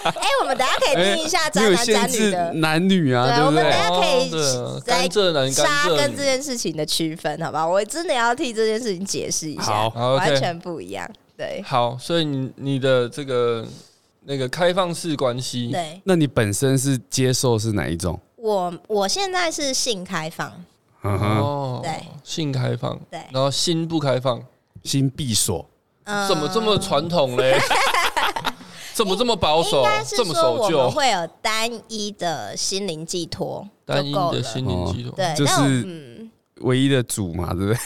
Speaker 2: 哎，我们等一下可以听一下
Speaker 3: 没
Speaker 2: 渣
Speaker 3: 有
Speaker 2: 男渣
Speaker 3: 限
Speaker 2: 女
Speaker 3: 制
Speaker 2: 的。
Speaker 3: 男女啊，
Speaker 2: 对
Speaker 3: 对
Speaker 2: 我
Speaker 3: 不
Speaker 2: 们等一？
Speaker 3: 对
Speaker 2: 下可以
Speaker 1: 哦对啊
Speaker 2: 再
Speaker 1: 甘蔗男、
Speaker 2: 渣
Speaker 1: 甘蔗
Speaker 2: 跟这
Speaker 1: 女。
Speaker 2: 件事情的区分，好不好？我真的要替这件事情解释一下，
Speaker 3: 好
Speaker 1: 好，OK
Speaker 2: 完全不一样。对，
Speaker 1: 好，所以你你的这个那个开放式关系，
Speaker 2: 对
Speaker 3: 那你本身是接受是哪一种？
Speaker 2: 我，我现在是性开放，
Speaker 3: 嗯哼，
Speaker 1: 哦
Speaker 2: 对，
Speaker 1: 性开放，
Speaker 2: 对，
Speaker 1: 然后心不开放，
Speaker 3: 心闭锁，
Speaker 2: 嗯
Speaker 1: 怎么这么传统嘞？ 怎么这么保
Speaker 2: 应
Speaker 1: 守
Speaker 2: 该？是
Speaker 1: 这么
Speaker 2: 说
Speaker 1: 守
Speaker 2: 我们
Speaker 1: 旧？
Speaker 2: 会有单一的心灵寄托，就
Speaker 1: 单一
Speaker 2: 够
Speaker 1: 的
Speaker 2: 了
Speaker 1: 心灵寄托，
Speaker 2: 对，
Speaker 3: 就是
Speaker 2: 但我嗯，
Speaker 3: 唯一的主嘛，对不 对？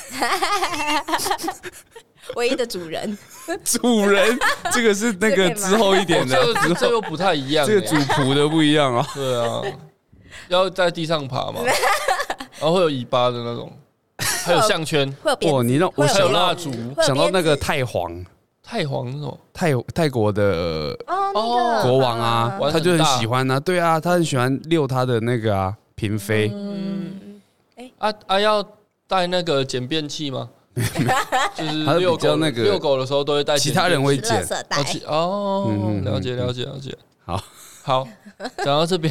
Speaker 2: 唯一的主人，
Speaker 3: 主 人，这个是那
Speaker 2: 这可
Speaker 3: 个
Speaker 2: 以吗
Speaker 3: 之后一点的，
Speaker 1: 这个 这又不太一样
Speaker 3: 这个主
Speaker 1: 欸。
Speaker 3: 仆的不一 样啊。
Speaker 1: 对啊，要在地上爬嘛，然后会有尾巴的那种，还有项圈。
Speaker 2: 会有鞭
Speaker 3: 哇，
Speaker 2: 子，
Speaker 3: 哦你让我
Speaker 2: 会有
Speaker 1: 还有
Speaker 3: 想
Speaker 1: 蜡
Speaker 3: 到
Speaker 1: 烛
Speaker 2: 会有
Speaker 3: 想到那
Speaker 2: 鞭
Speaker 3: 个
Speaker 2: 子
Speaker 3: 太皇，
Speaker 1: 太皇那种，
Speaker 3: 泰泰国的呃
Speaker 2: 哦，
Speaker 1: 哦
Speaker 2: 那个
Speaker 3: 国王啊，
Speaker 2: 嗯
Speaker 1: 玩
Speaker 3: 他就
Speaker 1: 很
Speaker 3: 很
Speaker 1: 大
Speaker 3: 喜欢啊，对啊，他很喜欢遛他的那个啊嫔妃，
Speaker 2: 嗯，
Speaker 1: 啊啊，要带那个简便器 吗？就是
Speaker 3: 还有比
Speaker 1: 遛
Speaker 3: 较
Speaker 1: 狗
Speaker 3: 那个
Speaker 1: 遛狗的时候都会带简
Speaker 3: 其
Speaker 1: 便器，
Speaker 3: 他人会
Speaker 2: 是垃
Speaker 3: 捡。
Speaker 2: 圾
Speaker 1: 哦
Speaker 2: 袋，
Speaker 1: 其哦
Speaker 3: 嗯嗯，嗯
Speaker 1: 了解
Speaker 3: 嗯
Speaker 1: 了解了解。
Speaker 3: 好，
Speaker 1: 好，讲到这边，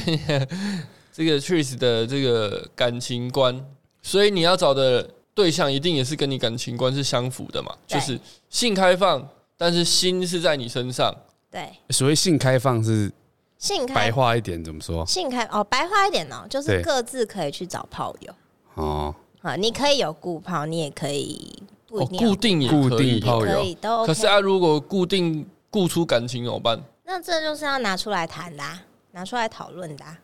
Speaker 1: 这个 Tris 的这个感情观，所以你要找的对象一定也是跟你感情观是相符的嘛，
Speaker 2: 对
Speaker 1: 就是性开放，但是心是在你身上。
Speaker 2: 对，
Speaker 3: 所谓性开放是
Speaker 2: 性
Speaker 3: 白
Speaker 2: 开
Speaker 3: 话一点怎么说？
Speaker 2: 性开哦，白话一点哦，就
Speaker 3: 对
Speaker 2: 是各自可以去找炮友
Speaker 3: 哦，
Speaker 2: 啊，你可以有固炮，你也可以不
Speaker 1: 哦，
Speaker 2: 一定
Speaker 1: 固定也
Speaker 3: 固
Speaker 1: 可以
Speaker 3: 定炮
Speaker 2: 要
Speaker 3: 友
Speaker 2: 可以都
Speaker 1: 可
Speaker 2: OK，
Speaker 1: 是啊，如果固定固出感情怎么办？
Speaker 2: 那这就是要拿出来谈的啊、拿出来讨论的啊、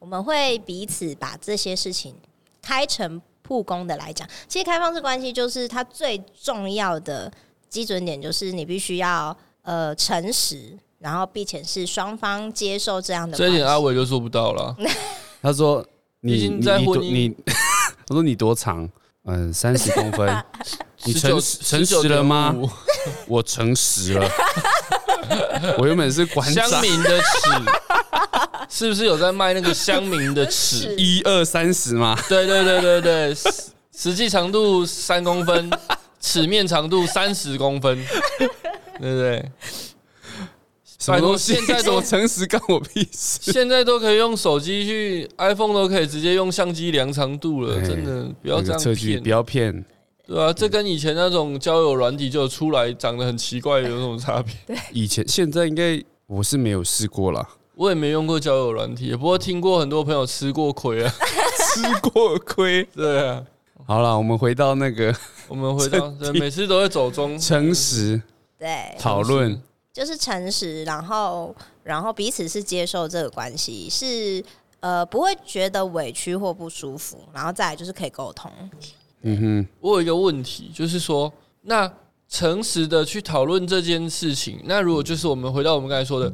Speaker 2: 我们会彼此把这些事情开诚布公的来讲。其实开放式关系就是它最重要的基准点，就是你必须要呃诚实，然后并且是双方接受这样的
Speaker 1: 这
Speaker 2: 关
Speaker 1: 一
Speaker 2: 系。
Speaker 1: 点阿伟就做不到了。
Speaker 3: 他说
Speaker 1: 毕
Speaker 3: 你
Speaker 1: 竟
Speaker 3: 你
Speaker 1: 在
Speaker 3: 你
Speaker 1: 婚
Speaker 3: 多
Speaker 1: 姻
Speaker 3: 你， 我说你多长？嗯，三十公分。 你诚
Speaker 1: 19
Speaker 3: 诚实了吗？
Speaker 1: 19.5
Speaker 3: 我诚实了。我原本是馆
Speaker 1: 乡
Speaker 3: 长，
Speaker 1: 民的尺是不是有在卖那个乡民的尺？
Speaker 3: 一二三十嘛，
Speaker 1: 对对对对对，实实际长度三公分， 尺面长度三十公分，对不对？
Speaker 3: 什么东西
Speaker 1: 拜托现在？都
Speaker 3: 我诚实干我屁事？
Speaker 1: 现在都可以用手机去，iPhone 都可以直接用相机量长度了，
Speaker 3: 哎
Speaker 1: 真的不
Speaker 3: 不
Speaker 1: 要这样
Speaker 3: 测距，
Speaker 1: 骗
Speaker 3: 不，要骗。
Speaker 1: 对啊，这跟以前那种交友软体就有出来长得很奇怪有那种差 别。
Speaker 3: 以前现在应该我是没有试过啦，
Speaker 1: 我也没用过交友软体，不过听过很多朋友吃过亏啊，
Speaker 3: 吃过亏。
Speaker 1: 对啊。
Speaker 3: 好了，我们回到那个
Speaker 1: 我们回到对
Speaker 3: 题
Speaker 1: 每次都会走中
Speaker 3: 诚实
Speaker 2: 对，
Speaker 3: 讨论，
Speaker 2: 就是诚实，然后然后彼此是接受这个关系，是呃不会觉得委屈或不舒服，然后再来就是可以沟通。
Speaker 3: 嗯
Speaker 1: 我有一个问题，就是说，那诚实的去讨论这件事情，那如果就是我们回到我们刚才说的，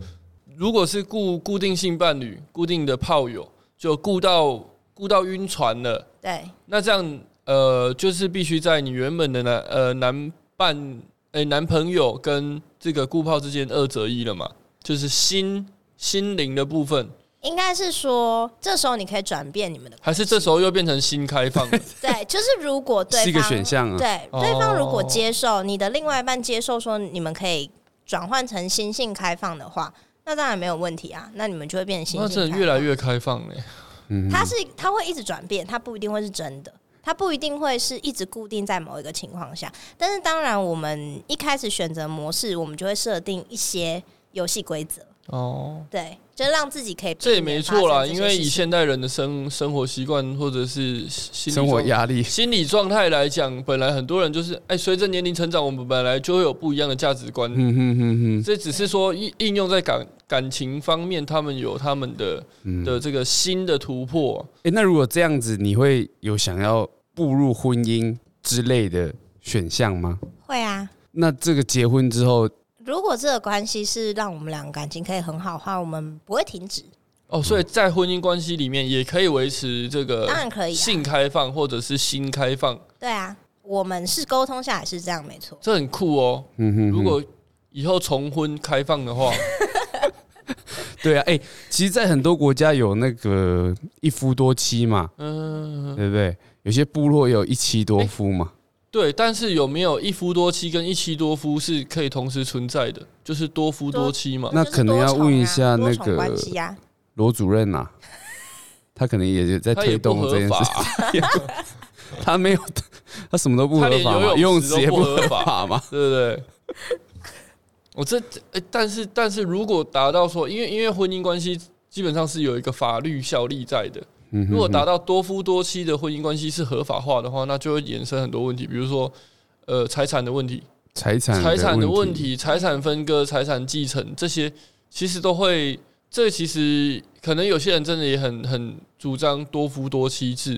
Speaker 1: 如果是固固定性伴侣、固定的炮友，就固到固到晕船了，
Speaker 2: 对，
Speaker 1: 那这样呃，就是必须在你原本的男呃男伴诶、男朋友跟这个固炮之间二择一了嘛，就是心心灵的部分，
Speaker 2: 应该是说，这时候你可以转变你们的关
Speaker 1: 还是这时候又变成新开放了？
Speaker 2: 对，就是如果
Speaker 3: 哼，
Speaker 2: 对方
Speaker 3: 是一个选项啊。
Speaker 2: 对
Speaker 1: 哦
Speaker 2: 对方如果接受你的另外一半接受说你们可以转换成新性开放的话，那当然没有问题啊，那你们就会变成新
Speaker 1: 那
Speaker 2: 性开
Speaker 1: 真
Speaker 2: 放
Speaker 1: 的越来越开放嘞、
Speaker 3: 嗯哼，
Speaker 2: 它是它会一直转变，它不一定会是真的，它不一定会是一直固定在某一个情况下。但是当然，我们一开始选择模式，我们就会设定一些游戏规则，
Speaker 1: 哦。
Speaker 2: 对，就让自己可以
Speaker 1: 这也
Speaker 2: 避免
Speaker 1: 没错
Speaker 2: 发
Speaker 1: 啦，
Speaker 2: 生这
Speaker 1: 因
Speaker 2: 些
Speaker 1: 为
Speaker 2: 事
Speaker 1: 以
Speaker 2: 情
Speaker 1: 现代人的生生活习惯或者是心理
Speaker 3: 生活
Speaker 1: 状
Speaker 3: 压力，
Speaker 1: 心理状态来讲，本来很多人就是哎，随着年龄成长，我们本来就会有不一样的价值观。
Speaker 3: 嗯哼哼哼，
Speaker 1: 这只是说应应用在感感情方面，他们有他们的
Speaker 3: 嗯。
Speaker 1: 的这个新的突破。
Speaker 3: 哎，那如果这样子，你会有想要步入婚姻之类的选项吗？
Speaker 2: 会啊。
Speaker 3: 那这个结婚之后，
Speaker 2: 如果这个关系是让我们两个感情可以很好的话，我们不会停止，
Speaker 3: 嗯
Speaker 1: 哦，所以在婚姻关系里面也可以维持这个
Speaker 2: 当然可以、啊。
Speaker 1: 性开放或者是新开放，
Speaker 2: 对啊，我们是沟通下来是这样，没错。
Speaker 1: 这很酷哦。
Speaker 3: 嗯哼哼
Speaker 1: 如果以后重婚开放的话，
Speaker 3: 对啊，哎、其实，在很多国家有那个一夫多妻嘛，
Speaker 1: 嗯，
Speaker 3: 对不对？有些部落有一妻多夫嘛，
Speaker 1: 对，但是有没有一夫多妻跟一妻多夫是可以同时存在的？就是多夫多妻嘛。
Speaker 3: 那
Speaker 2: 就是
Speaker 3: 可能
Speaker 2: 多
Speaker 3: 要
Speaker 2: 重
Speaker 3: 问一
Speaker 2: 啊
Speaker 3: 下
Speaker 2: 多
Speaker 3: 那
Speaker 2: 重
Speaker 3: 个
Speaker 2: 关系啊，
Speaker 3: 罗主 任啊，他可能也是在
Speaker 1: 他也
Speaker 3: 推
Speaker 1: 不
Speaker 3: 动这
Speaker 1: 合
Speaker 3: 件
Speaker 1: 法
Speaker 3: 事，
Speaker 1: 啊，
Speaker 3: 他没有，他什么都不
Speaker 1: 他
Speaker 3: 合
Speaker 1: 连
Speaker 3: 法嘛，
Speaker 1: 游
Speaker 3: 游泳
Speaker 1: 泳
Speaker 3: 池
Speaker 1: 池
Speaker 3: 也
Speaker 1: 都
Speaker 3: 不
Speaker 1: 不合
Speaker 3: 合
Speaker 1: 法
Speaker 3: 法嘛，
Speaker 1: 对不对？ 我这、诶但是但是如果达到说，因为因为婚姻关系基本上是有一个法律效力在的，
Speaker 3: 嗯哼
Speaker 1: 如果达到多夫多妻的婚姻关系是合法化的话，那就会衍生很多问题，比如说呃财产的问题、
Speaker 3: 财产
Speaker 1: 财产的问
Speaker 3: 问，
Speaker 1: 题、财产分割、财产继承这些，其实都会。这其实可能有些人真的也很很主张多夫多妻制，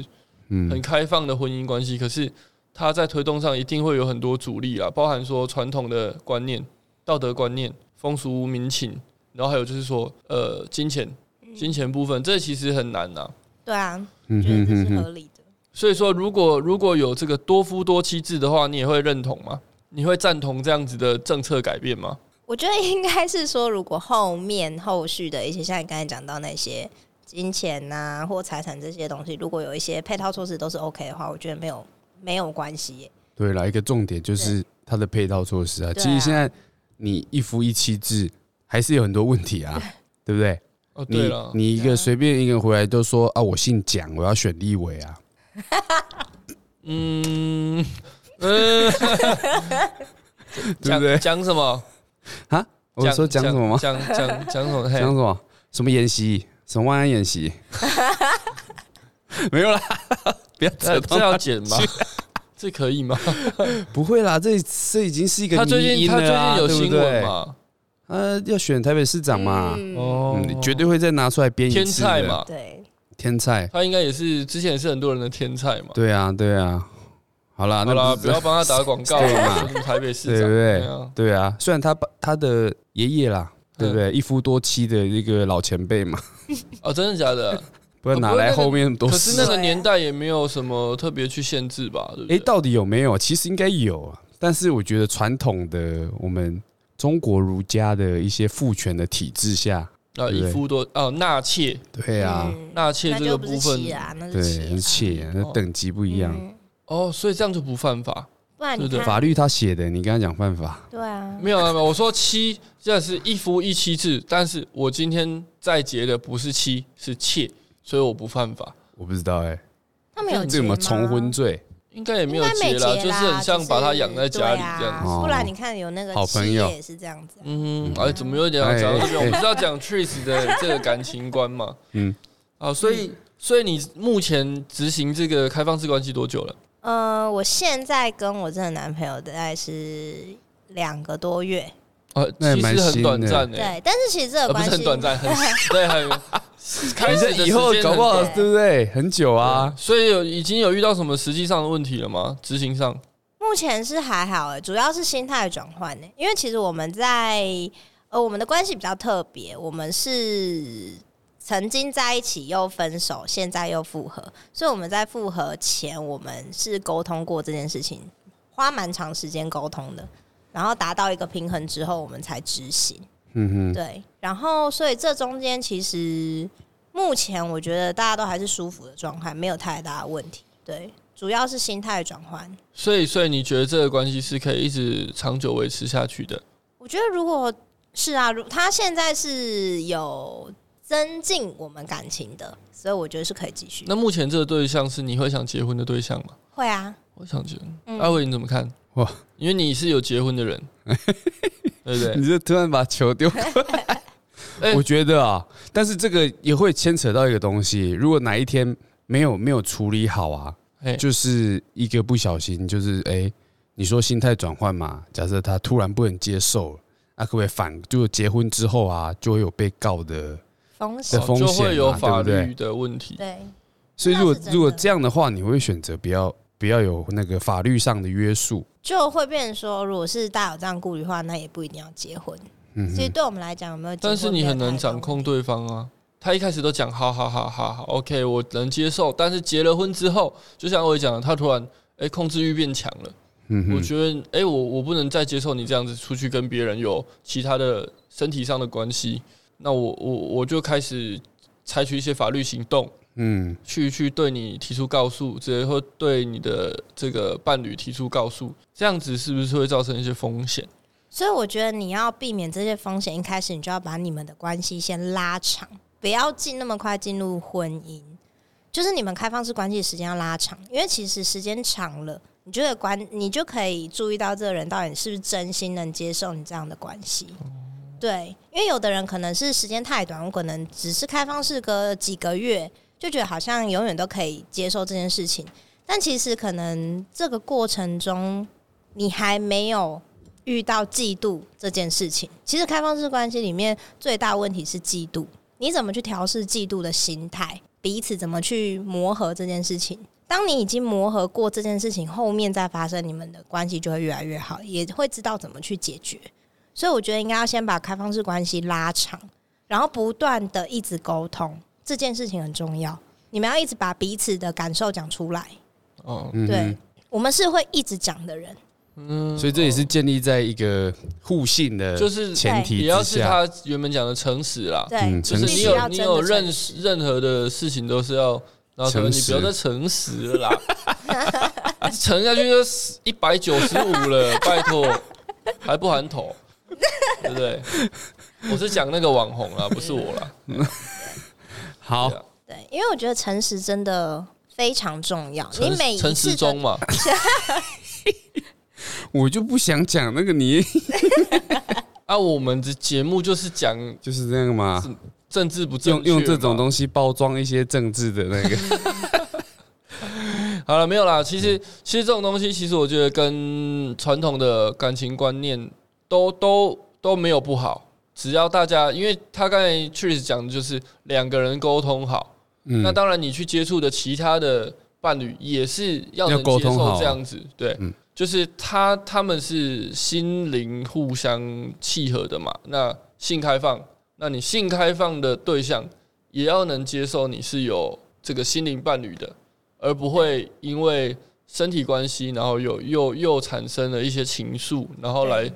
Speaker 1: 很
Speaker 3: 嗯
Speaker 1: 开放的婚姻关系，可是它在推动上一定会有很多阻力啊，包含说传统的观念、道德观念、风俗民情，然后还有就是说呃金钱、金钱部分，这其实很难呐、
Speaker 2: 嗯对啊，
Speaker 3: 嗯
Speaker 2: 觉得
Speaker 3: 哼
Speaker 2: 这
Speaker 3: 哼
Speaker 2: 是
Speaker 3: 哼
Speaker 2: 合理的。
Speaker 1: 所以说，如果如果有这个多夫多妻制的话，你也会认同吗？你会赞同这样子的政策改变吗？
Speaker 2: 我觉得应该是说，如果后面后续的一些，像你刚才讲到那些金钱呐、或财产这些东西，如果有一些配套措施都是 OK 的话，我觉得没有没有关系耶。
Speaker 3: 对啦，一个重点就是它的配套措施啊。
Speaker 2: 对啊
Speaker 3: 其实现在你一夫一妻制还是有很多问题啊，对不对？
Speaker 1: 哦，对
Speaker 3: 你
Speaker 1: 了，
Speaker 3: 你一个随便一个回来都说啊，我姓蒋，我要选立委啊，
Speaker 1: 嗯 嗯，
Speaker 3: 对不对
Speaker 1: 讲讲什么？
Speaker 3: 我说讲什么吗？
Speaker 1: 讲讲讲什么？嘿
Speaker 3: 讲什么？什么演习？什么万安 演习？没有啦， 不要扯
Speaker 1: 这
Speaker 3: 到
Speaker 1: 呃这要剪 吗？这可以吗？
Speaker 3: 不会啦，这这已经是一个
Speaker 1: 他最
Speaker 3: 迷
Speaker 1: 近
Speaker 3: 因
Speaker 1: 他最
Speaker 3: 了啊
Speaker 1: 近有新闻？
Speaker 3: 对不对
Speaker 1: 嘛？
Speaker 3: 呃，要选台北市长嘛，
Speaker 1: 哦
Speaker 3: 嗯，绝对会再拿出来编一次的
Speaker 1: 天菜，嘛，
Speaker 2: 对，
Speaker 3: 天菜，
Speaker 1: 他应该也是之前也是很多人的天菜嘛。
Speaker 3: 对啊，对啊，好啦，
Speaker 1: 好
Speaker 3: 那
Speaker 1: 啦，
Speaker 3: 是
Speaker 1: 不要帮他打广告
Speaker 3: 对嘛
Speaker 1: 了，就是台北市
Speaker 3: 对
Speaker 1: 长，
Speaker 3: 不对
Speaker 1: 啊？
Speaker 3: 对啊，虽然他爸他的爷爷啦，对不对？
Speaker 1: 嗯
Speaker 3: 一夫多妻的一个老前辈嘛，
Speaker 1: 哦，真的假的？
Speaker 3: 不
Speaker 1: 呃
Speaker 3: 然哪来后面都
Speaker 1: 可是
Speaker 3: 是
Speaker 1: 那？个年代也没有什么特别去限制吧？对不
Speaker 3: 哎，
Speaker 1: 对？
Speaker 3: 到底有没有？其实应该有啊，但是我觉得传统的我们中国儒家的一些父权的体制下，
Speaker 1: 啊，
Speaker 3: 对
Speaker 1: 一夫多哦，纳妾，
Speaker 3: 对啊，
Speaker 2: 嗯
Speaker 1: 纳妾
Speaker 2: 那
Speaker 1: 这
Speaker 2: 就
Speaker 1: 个
Speaker 2: 不
Speaker 1: 部
Speaker 2: 是
Speaker 1: 分
Speaker 2: 妻啊，那
Speaker 3: 对，
Speaker 2: 是妾啊、
Speaker 3: 很切，那等级不一样。
Speaker 2: 嗯
Speaker 1: 哦，所以这样就不犯法。
Speaker 2: 不然你
Speaker 1: 对不对
Speaker 2: 看，
Speaker 3: 法律他写的，你刚刚讲犯法，
Speaker 2: 对啊，
Speaker 1: 没有啊没有，我说妻这是一夫一妻制，但是我今天在劫的不是妻是妾，所以我不犯法。
Speaker 3: 我不知道哎，
Speaker 2: 他们有
Speaker 3: 这有
Speaker 2: 结
Speaker 3: 没有
Speaker 2: 吗
Speaker 3: 重婚罪？
Speaker 1: 应该也没
Speaker 2: 应
Speaker 1: 有
Speaker 2: 该没
Speaker 1: 结
Speaker 2: 结啦，
Speaker 1: 就是很像把它养在家里这
Speaker 2: 对
Speaker 1: 样
Speaker 2: 啊
Speaker 1: 子。
Speaker 3: 哦
Speaker 2: 不然你看有那个
Speaker 3: 好朋友
Speaker 2: 企业也是这样子啊、
Speaker 1: 嗯，哎，怎么有点要讲到这边？我们是要讲 Tris 的这个感情观嘛？
Speaker 3: 哎 嗯
Speaker 1: 嗯，啊，所以所以你目前执行这个开放式关系多久了？
Speaker 2: 呃，我现在跟我这个男朋友大概是两个多月，
Speaker 1: 啊，
Speaker 3: 那
Speaker 1: 其
Speaker 3: 也蛮
Speaker 1: 实很
Speaker 3: 新
Speaker 1: 短
Speaker 3: 的
Speaker 1: 暂
Speaker 2: 对，
Speaker 1: 诶，
Speaker 2: 但是其实这
Speaker 1: 啊，
Speaker 2: 个
Speaker 1: 不
Speaker 2: 关
Speaker 1: 是
Speaker 2: 系、
Speaker 1: 很短 暂，很对，很开始的
Speaker 3: 以后
Speaker 1: 时间
Speaker 3: 搞
Speaker 1: 很
Speaker 3: 不好
Speaker 1: 短
Speaker 2: 短
Speaker 3: 对不对？很久啊，
Speaker 1: 所以有已经有遇到什么实际上的问题了吗？执行上，
Speaker 2: 目前是还好哎、主要是心态的转换呢，因为其实我们在呃我们的关系比较特别，我们是曾经在一起又分手，现在又复合，所以我们在复合前我们是沟通过这件事情，花蛮长时间沟通的，然后达到一个平衡之后，我们才执行。
Speaker 3: 嗯哼，
Speaker 2: 对，然后所以这中间其实目前我觉得大家都还是舒服的状态，没有太大的问题。对，主要是心态转换。
Speaker 1: 所以所以你觉得这个关系是可以一直长久维持下去的？
Speaker 2: 我觉得如果是啊，如他现在是有增进我们感情的，所以我觉得是可以继续。
Speaker 1: 那目前这个对象是你会想结婚的对象吗？
Speaker 2: 会啊，
Speaker 1: 我想结婚。
Speaker 2: 嗯
Speaker 1: 阿伟你怎么看？
Speaker 3: 哇
Speaker 1: 哇，因为你是有结婚的 人，对不对？
Speaker 3: 你这突然把球丢
Speaker 1: 哎
Speaker 3: 我觉得啊，但是这个也会牵扯到一个东西，如果哪一天没有没有处理好啊，
Speaker 1: 哎，
Speaker 3: 就是一个不小心，就是哎、你说心态转换嘛，假设他突然不能接受了，那、可不可以反？就结婚之后啊，就会有被告的，
Speaker 2: 风
Speaker 3: 这
Speaker 2: 险
Speaker 1: 哦
Speaker 3: 风险
Speaker 1: 就会有
Speaker 3: 嘛
Speaker 1: 法
Speaker 3: 对不
Speaker 1: 律的问题。
Speaker 2: 对，
Speaker 3: 所以如果
Speaker 2: 那是真的
Speaker 3: 如果这样的话，你会选择不要不要有那个法律上的约束，
Speaker 2: 就会变成说，如果是大有这样顾虑的话，那也不一定要结婚。
Speaker 3: 嗯
Speaker 2: 所以
Speaker 3: 哼，
Speaker 2: 对我们来讲，有没有结婚
Speaker 1: 但是你很
Speaker 2: 没有
Speaker 1: 难
Speaker 2: 太大
Speaker 1: 掌
Speaker 2: 问题
Speaker 1: 控对方啊。他一开始都讲好好好好好，OK，我能接受。但是结了婚之后，就像我也讲的，他突然哎、控制欲变强了。我
Speaker 3: 嗯哼，
Speaker 1: 觉得哎、我我不能再接受你这样子出去跟别人有其他的身体上的关系。那我我我就开始采取一些法律行动，
Speaker 3: 嗯
Speaker 1: 去去对你提出告诉，直接会对你的这个伴侣提出告诉，这样子是不是会造成一些风险？
Speaker 2: 所以我觉得你要避免这些风险，一开始你就要把你们的关系先拉长，不要进那么快进入婚姻。就是你们开放式关系的时间要拉长，因为其实时间长了，你觉得关你就可以注意到这个人到底是不是真心能接受你这样的关系。对，因为有的人可能是时间太短，我可能只是开放式隔几个月，就觉得好像永远都可以接受这件事情，但其实可能这个过程中你还没有遇到嫉妒这件事情。其实开放式关系里面最大问题是嫉妒，你怎么去调试嫉妒的心态，彼此怎么去磨合这件事情。当你已经磨合过这件事情，后面再发生，你们的关系就会越来越好，也会知道怎么去解决。所以我觉得应该要先把开放式关系拉长，然后不断的一直沟通，这件事情很重要。你们要一直把彼此的感受讲出来。
Speaker 1: 哦，
Speaker 3: 嗯
Speaker 2: 对，我们是会一直讲的人，
Speaker 1: 嗯
Speaker 3: 所以这也是建立在一个互信的
Speaker 1: 就是哎
Speaker 3: 前提
Speaker 1: 也
Speaker 3: 之
Speaker 1: 要是
Speaker 3: 下，
Speaker 1: 他原本讲的诚实啦，
Speaker 2: 对，
Speaker 3: 嗯
Speaker 1: 就
Speaker 2: 必
Speaker 1: 是你
Speaker 3: 诚
Speaker 2: 须
Speaker 3: 实
Speaker 1: 有
Speaker 2: 要
Speaker 1: 你
Speaker 2: 真
Speaker 1: 有
Speaker 2: 的
Speaker 1: 任
Speaker 2: 诚实
Speaker 1: 任何的事情都是要，然后什么
Speaker 3: 诚
Speaker 1: 你
Speaker 3: 实
Speaker 1: 不要再诚实了啦，沉下去就一百九十五了，拜托，还不含头，对不对？我是讲那个网红啦，不是我啦。
Speaker 3: 好
Speaker 1: 对啊
Speaker 2: 对，因为我觉得诚实真的非常重要。你
Speaker 1: 陈
Speaker 2: 每一
Speaker 1: 陈时
Speaker 2: 次的
Speaker 1: 中嘛，
Speaker 3: 我就不想讲那个你
Speaker 1: 啊，我们的节目就是讲
Speaker 3: 就是这样嘛，
Speaker 1: 政治不正
Speaker 3: 用
Speaker 1: 确
Speaker 3: 用这种
Speaker 1: 嘛
Speaker 3: 东西包装一些政治 的那个，
Speaker 1: 好了，没有啦。其实，其实这种东西，其实我觉得跟传统的感情观念都都都没有不好，只要大家，因为他刚才确实讲的就是两个人沟通好，
Speaker 3: 嗯
Speaker 1: 那当然你去接触的其他的伴侣也是要能
Speaker 3: 要沟
Speaker 1: 接
Speaker 3: 通
Speaker 1: 受
Speaker 3: 好
Speaker 1: 这样子，对，
Speaker 3: 嗯
Speaker 1: 就是他他们是心灵互相契合的嘛，那性开放，那你性开放的对象也要能接受你是有这个心灵伴侣的，而不会因为身体关系，然后有又又产生了一些情愫，然后来
Speaker 2: 对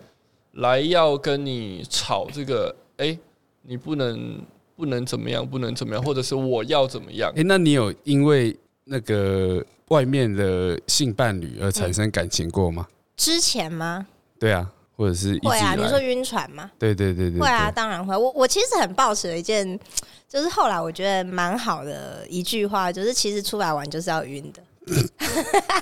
Speaker 1: 来要跟你吵这个，哎、你不能不能怎么样，不能怎么样，或者是我要怎么样
Speaker 3: 哎、，那你有因为那个外面的性伴侣而
Speaker 2: 嗯
Speaker 3: 产生感情过吗？
Speaker 2: 之前吗？
Speaker 3: 对啊，或者是一直以
Speaker 2: 会
Speaker 3: 来
Speaker 2: 啊，你说晕船吗？
Speaker 3: 对对对对，
Speaker 2: 会啊，
Speaker 3: 对，
Speaker 2: 当然会。我我其实很抱持了一件，就是后来我觉得蛮好的一句话，就是其实出来玩就是要晕的。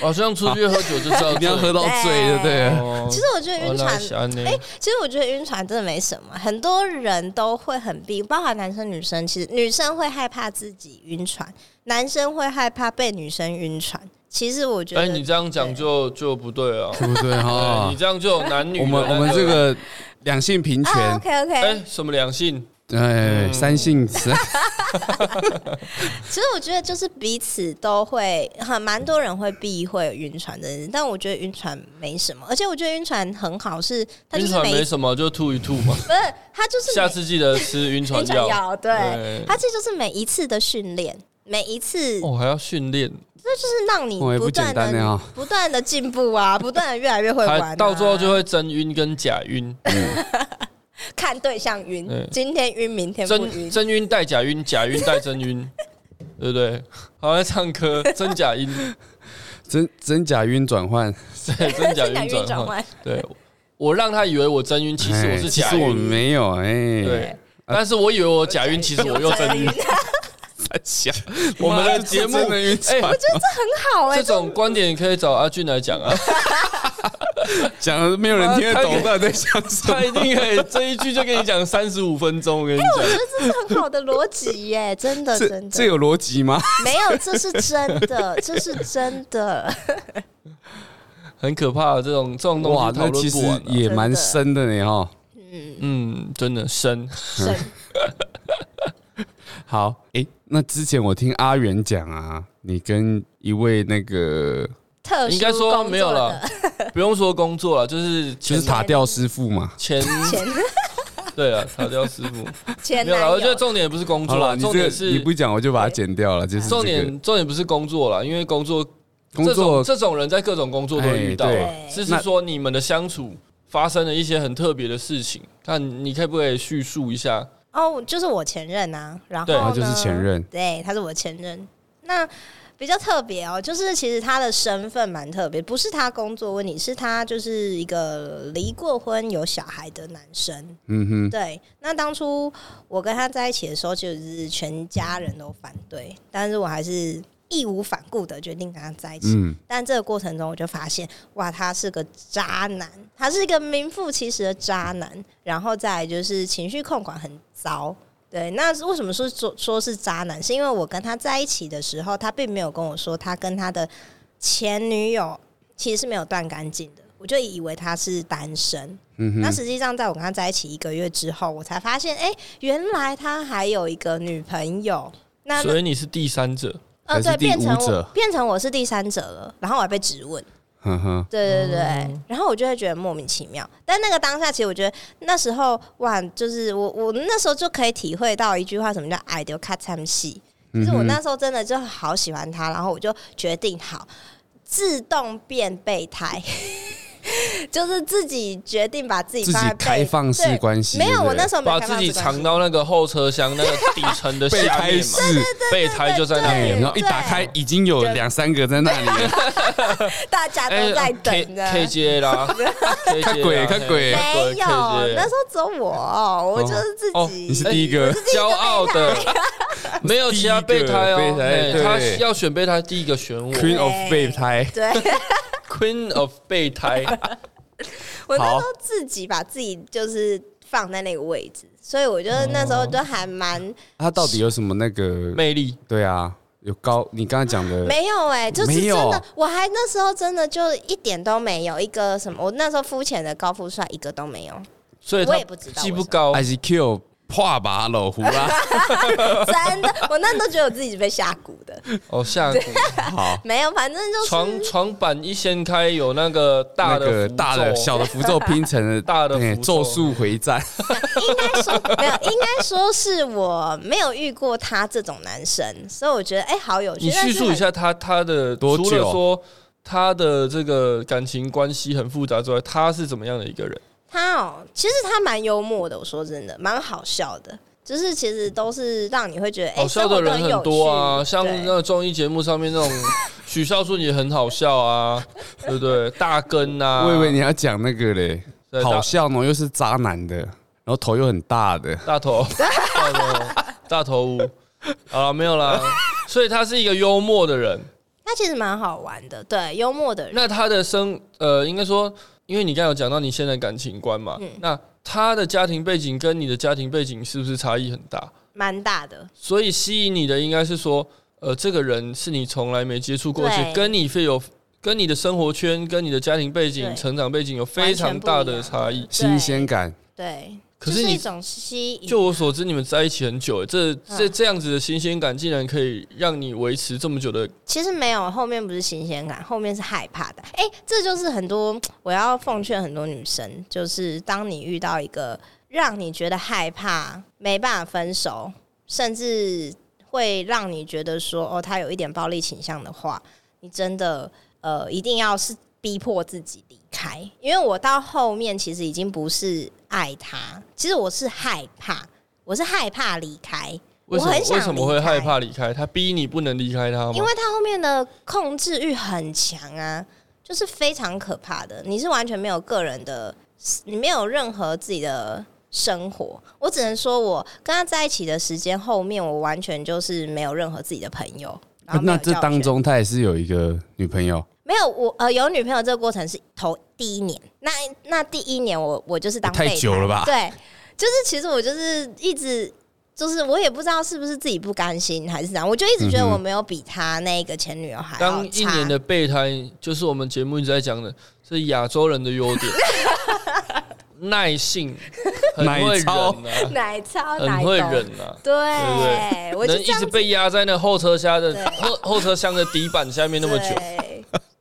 Speaker 1: 好像出去喝酒就知道
Speaker 3: 一定要喝到醉，
Speaker 2: 对
Speaker 3: 对不对？
Speaker 1: 哦
Speaker 2: 其实我觉得晕船，
Speaker 1: 哎，
Speaker 2: 其实我觉得晕船真的没什么，很多人都会很避，包含男生女生。其实女生会害怕自己晕船，男生会害怕被女生晕船。其实我觉得，
Speaker 1: 哎，你这样讲就就不对了。
Speaker 3: 对 不对
Speaker 1: 对
Speaker 3: 哈
Speaker 1: 你？这样就有男女的
Speaker 3: 我们
Speaker 1: 那
Speaker 3: 我们这个两性平
Speaker 2: 啊，OK
Speaker 3: 权，
Speaker 2: OK，、
Speaker 1: 哎什么两性嗯
Speaker 3: 哎，三性三
Speaker 2: 其实我觉得就是彼此都会很蛮多人会避讳晕船的人，但我觉得晕船没什么，而且我觉得晕船很好是，它就
Speaker 1: 晕
Speaker 2: 是
Speaker 1: 船
Speaker 2: 每一
Speaker 1: 没什么，就吐一吐 嘛。
Speaker 2: 不是它就是
Speaker 1: 下
Speaker 2: 每
Speaker 1: 次记得吃晕船
Speaker 2: 晕船
Speaker 1: 药。
Speaker 2: 药，对，它这就是每一次的训练，每一次
Speaker 1: 哦，还要训练，
Speaker 2: 就是让你
Speaker 3: 哦也不
Speaker 2: 不断
Speaker 3: 简单
Speaker 2: 的
Speaker 3: 呢
Speaker 2: 不断的进 步啊，不断的越来越会玩啊、
Speaker 1: 还到最后就会真晕跟假晕，
Speaker 2: 看对象晕
Speaker 1: 对，
Speaker 2: 今天晕，明天不
Speaker 1: 真
Speaker 2: 晕，
Speaker 1: 真晕带假晕，假晕带真晕， 对不对？好像在唱歌，真假音，
Speaker 3: 真真假晕转换，
Speaker 1: 对，真假
Speaker 2: 敢
Speaker 1: 晕
Speaker 2: 晕
Speaker 1: 转
Speaker 2: 转
Speaker 1: 换。
Speaker 2: 弯，
Speaker 1: 对，我让他以为我真晕，其实我
Speaker 3: 哎
Speaker 1: 是
Speaker 3: 其
Speaker 1: 假
Speaker 3: 实我
Speaker 1: 晕。
Speaker 3: 没有哎，
Speaker 1: 对， 但是我以为我假晕，其实我又真晕。
Speaker 3: 三小，
Speaker 1: 我们的节目
Speaker 3: 真的晕
Speaker 1: 哎
Speaker 3: 船，
Speaker 2: 好哎、
Speaker 1: 这种观点可以找阿俊来 讲啊，
Speaker 3: 讲的没有人听得懂，到底在想什
Speaker 1: 他
Speaker 3: 么？
Speaker 1: 一定可以这一句就跟你讲三十五分哎钟。我跟你讲，
Speaker 2: 很好的逻辑耶，真的
Speaker 3: 这
Speaker 2: 真
Speaker 3: 这
Speaker 2: 的
Speaker 3: 有逻辑吗？
Speaker 2: 没有，这是真的，这是真的，
Speaker 1: 很可怕的这种这种东
Speaker 3: 哇
Speaker 1: 西，讨
Speaker 3: 那
Speaker 1: 论
Speaker 3: 其
Speaker 1: 不
Speaker 3: 实
Speaker 1: 完啊、
Speaker 3: 也蛮深的呢哈。
Speaker 1: 嗯，真的深。
Speaker 2: 是
Speaker 3: 好，诶，那之前我听阿元讲啊，你跟一位那个
Speaker 2: 特 殊
Speaker 1: 应该说
Speaker 2: 工作
Speaker 1: 没有了
Speaker 2: 的，
Speaker 1: 不用说工作了，就是
Speaker 3: 就
Speaker 1: 前
Speaker 3: 是塔吊师傅嘛。
Speaker 1: 前
Speaker 2: 前
Speaker 1: 对了，塔吊师傅
Speaker 2: 前
Speaker 1: 没有
Speaker 2: 男
Speaker 1: 了。
Speaker 2: 友，
Speaker 1: 我觉得重点不是工
Speaker 3: 好
Speaker 1: 作
Speaker 3: 了，
Speaker 1: 啦，
Speaker 3: 你
Speaker 1: 重
Speaker 3: 这
Speaker 1: 点
Speaker 3: 个你
Speaker 1: 是
Speaker 3: 不讲，我就把它剪掉了。就是这个
Speaker 1: 重点重点不是工作啦，因为工作
Speaker 3: 工
Speaker 1: 这种
Speaker 3: 作
Speaker 1: 这种人在各种工作都会遇到啊，
Speaker 3: 哎
Speaker 1: 只
Speaker 2: 对
Speaker 1: 是说你们的相处发生了一些很特别的事情，看你可不可以叙述一下？
Speaker 2: 哦，就是我前任啊，然后
Speaker 1: 对
Speaker 2: 呢
Speaker 1: 他
Speaker 3: 就是前任
Speaker 2: 对，他是我前任。那比较特别哦，就是其实他的身份蛮特别，不是他工作问题，是他就是一个离过婚有小孩的男生。
Speaker 3: 嗯
Speaker 2: 对，那当初我跟他在一起的时候，就是全家人都反对，但是我还是义无反顾的决定跟他在一起。
Speaker 3: 嗯，
Speaker 2: 但这个过程中，我就发现，哇，他是个渣男，他是一个名副其实的渣男。然后再来就是情绪控管很糟。对，那为什么说说说是渣男？是因为我跟他在一起的时候，他并没有跟我说他跟他的前女友其实是没有断干净的，我就以为他是单身。
Speaker 3: 嗯哼
Speaker 2: 那实际上，在我跟他在一起一个月之后，我才发现，哎、原来他还有一个女朋友。那
Speaker 1: 所以你是第三者，
Speaker 2: 呃，
Speaker 3: 还
Speaker 2: 对，
Speaker 3: 是第
Speaker 2: 变成
Speaker 3: 五
Speaker 2: 我
Speaker 3: 者
Speaker 2: 变成我是第三者了，然后我还被质问。
Speaker 3: 哼哼，
Speaker 2: 对对对，
Speaker 3: 哦
Speaker 2: 然后我就会觉得莫名其妙。但那个当下，其实我觉得那时候哇，就是我我那时候就可以体会到一句话，什么叫“爱丢卡参戏”。
Speaker 3: 嗯
Speaker 2: 就是我那时候真的就好喜欢他，然后我就决定好自动变备胎， 就是自己决定把自己
Speaker 3: 自己
Speaker 2: 放在备
Speaker 3: 开放式
Speaker 2: 对
Speaker 3: 关系，
Speaker 2: 没有，
Speaker 3: 对不对
Speaker 2: 我那时候没有
Speaker 1: 把
Speaker 2: 开
Speaker 1: 自
Speaker 2: 放
Speaker 1: 己
Speaker 2: 式关
Speaker 1: 藏
Speaker 2: 系
Speaker 1: 到那个后车厢那个底层的
Speaker 3: 备
Speaker 1: 下
Speaker 3: 胎
Speaker 1: 面嘛，
Speaker 3: 式，
Speaker 1: 备胎就在那
Speaker 2: 对
Speaker 1: 边
Speaker 3: 哎然
Speaker 1: 嘛。
Speaker 3: 后一打开已经有两三个在那里了，
Speaker 2: 大家
Speaker 1: 哎
Speaker 2: 都在
Speaker 1: 哦 K
Speaker 2: 等着。
Speaker 1: K 接 啦，看
Speaker 3: 看鬼看鬼
Speaker 2: 没有，那时候只有我，我就是自
Speaker 1: 哦
Speaker 2: 己。
Speaker 3: 你是第一个，
Speaker 1: 骄傲的，没有其他备胎
Speaker 3: 第一
Speaker 1: 哦
Speaker 3: 个备。胎
Speaker 1: 哎
Speaker 3: 对
Speaker 1: 他要选备胎，第一个选我
Speaker 3: Queen of
Speaker 2: 对
Speaker 3: 备胎
Speaker 2: 对，
Speaker 1: Queen of 备 胎。
Speaker 2: 我那时
Speaker 3: 好
Speaker 2: 候自己把自己就是放在那个位置，所以我觉得
Speaker 1: 哦
Speaker 2: 那时候就还蛮、
Speaker 3: 他到底有什么那个？
Speaker 1: 魅力，
Speaker 3: 对啊，有高，你刚才讲的
Speaker 2: 没有哎、就是
Speaker 3: 没
Speaker 2: 真
Speaker 3: 有
Speaker 2: 的，我还那时候真的就一点都没有一个什么，我那时候肤浅的高富帅一个都 没有，
Speaker 1: 所以
Speaker 2: 我
Speaker 1: 他
Speaker 2: 也不知道
Speaker 1: 既
Speaker 2: 为
Speaker 1: 不
Speaker 2: 什么
Speaker 1: 高，
Speaker 3: 哎 ICQ 跨把老胡 啦，
Speaker 2: 真的，我那时候觉得我自己是被吓唬的，
Speaker 1: 哦下蛊，
Speaker 3: 好，
Speaker 2: 没有，反正就是
Speaker 1: 床床板一掀开有那个大
Speaker 3: 那
Speaker 1: 的
Speaker 3: 个
Speaker 1: 符咒
Speaker 3: 大的小的符咒拼成了
Speaker 1: 大的
Speaker 3: 哎
Speaker 1: 符咒
Speaker 3: 咒术回战，
Speaker 2: 应该说 没有，应该说是我没有遇过他这种男生，所以我觉得哎、好有趣。
Speaker 1: 你叙
Speaker 2: 但是
Speaker 1: 述
Speaker 2: 很
Speaker 1: 一下他他的
Speaker 3: 多久
Speaker 1: 除了说他的这个感情关系很复杂之外，他是怎么样的一个人？
Speaker 2: 他哦，其实他蛮幽默的，我说真的，蛮好笑的。就是其实都是让你会觉得，哎、
Speaker 1: 好笑的人
Speaker 2: 生活都
Speaker 1: 很
Speaker 2: 有
Speaker 1: 多啊，
Speaker 2: 趣
Speaker 1: 像
Speaker 2: 对
Speaker 1: 那个综艺节目上面那 种许孝顺也很好笑啊，对不对？大根啊，
Speaker 3: 我以为你要讲那个嘞，
Speaker 1: 对
Speaker 3: 好
Speaker 1: 大
Speaker 3: 笑呢又是渣男的，然后头又很大的，
Speaker 1: 大 头，大头，大头屋，好了没有啦。所以他是一个幽默的人，
Speaker 2: 他其实蛮好玩的，对，幽默的人。
Speaker 1: 那他的生呃，应该说，因为你刚才有讲到你现在的感情观嘛，
Speaker 2: 嗯
Speaker 1: 那他的家庭背景跟你的家庭背景是不是差异很大？
Speaker 2: 蛮大的，
Speaker 1: 所以吸引你的应该是说，呃，这个人是你从来没接触过，而且
Speaker 2: 对
Speaker 1: 跟你非有跟你的生活圈、跟你的家庭背景、
Speaker 2: 对
Speaker 1: 成长背景有非常大的差异。
Speaker 3: 新鲜感，
Speaker 2: 对，
Speaker 1: 可
Speaker 2: 就是是
Speaker 1: 你
Speaker 2: 一种吸引。
Speaker 1: 就我所知，你们在一起很久，这这
Speaker 2: 嗯
Speaker 1: 这样子的新鲜感，竟然可以让你维持这么久的
Speaker 2: 其实没有，后面不是新鲜感，后面是害怕的。哎、这就是很多我要奉劝很多女生，就是当你遇到一个让你觉得害怕、没办法分手，甚至会让你觉得说哦，他有一点暴力倾向的话，你真的呃一定要是逼迫自己离开，因为我到后面其实已经不是爱他，其实我是害怕，我是害怕离开。
Speaker 1: 为什
Speaker 2: 我
Speaker 1: 么
Speaker 2: 很想
Speaker 1: 为什么
Speaker 2: 离
Speaker 1: 会
Speaker 2: 开
Speaker 1: 害怕离开？他逼你不能离开他吗？
Speaker 2: 因为他后面的控制欲很强啊，就是非常可怕的。你是完全没有个人的，你没有任何自己的生活。我只能说，我跟他在一起的时间后面，我完全就是没有任何自己的朋友。然后没有
Speaker 3: 哎那这
Speaker 2: 交
Speaker 3: 当
Speaker 2: 圈
Speaker 3: 中他也是有一个女朋友，
Speaker 2: 没有我呃有女朋友这个过程是头第一年，那那第一年我我就是当
Speaker 3: 太
Speaker 2: 备
Speaker 3: 久
Speaker 2: 胎
Speaker 3: 了吧
Speaker 2: 对，就是其实我就是一直就是我也不知道是不是自己不甘心还是怎样，我就一直觉得
Speaker 3: 嗯哼
Speaker 2: 我没有比他那个前女友还要
Speaker 1: 当一
Speaker 2: 差。
Speaker 1: 年的备胎，就是我们节目一直在讲的，是亚洲人的优 点，耐性，很会
Speaker 3: 耐
Speaker 1: 忍
Speaker 3: 操
Speaker 1: 啊，
Speaker 2: 奶超
Speaker 1: 很
Speaker 2: 奶
Speaker 1: 会
Speaker 2: 冻，
Speaker 1: 忍啊，
Speaker 2: 对
Speaker 1: 对，
Speaker 2: 我就
Speaker 1: 能
Speaker 2: 这
Speaker 1: 一
Speaker 2: 样
Speaker 1: 直被压在那后车厢的
Speaker 2: 对
Speaker 1: 后后车厢的底板下面那么久
Speaker 2: 对。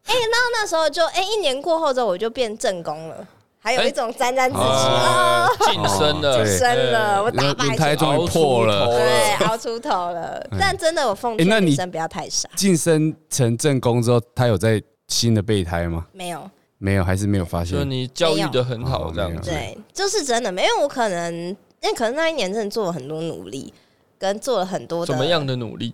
Speaker 2: 哎、那那时候就哎、一年过后之后我就变正宫了，还有一种沾沾自喜
Speaker 1: 哎啊
Speaker 2: 哦，，
Speaker 1: 晋升了，
Speaker 3: 对
Speaker 2: 晋升了，
Speaker 1: 哎
Speaker 2: 我打败
Speaker 3: 轮胎
Speaker 2: 这种
Speaker 3: 终于
Speaker 1: 熬
Speaker 3: 破
Speaker 1: 出头嗯
Speaker 3: 了，
Speaker 2: 对，熬出头了。但真的，我奉
Speaker 3: 哎那
Speaker 2: 劝
Speaker 3: 你
Speaker 2: 女生不要太傻，
Speaker 3: 晋升成正宫之后，他有在新的备胎吗？
Speaker 2: 没有。
Speaker 3: 没有，还是没有发
Speaker 1: 就是
Speaker 3: 现。
Speaker 1: 你教育的很
Speaker 3: 哦
Speaker 1: 好，这样子。
Speaker 2: 对，就是真的没有，因为我可能，因为可能那一年真的做了很多努力，跟做了很多的
Speaker 1: 怎么样的努力？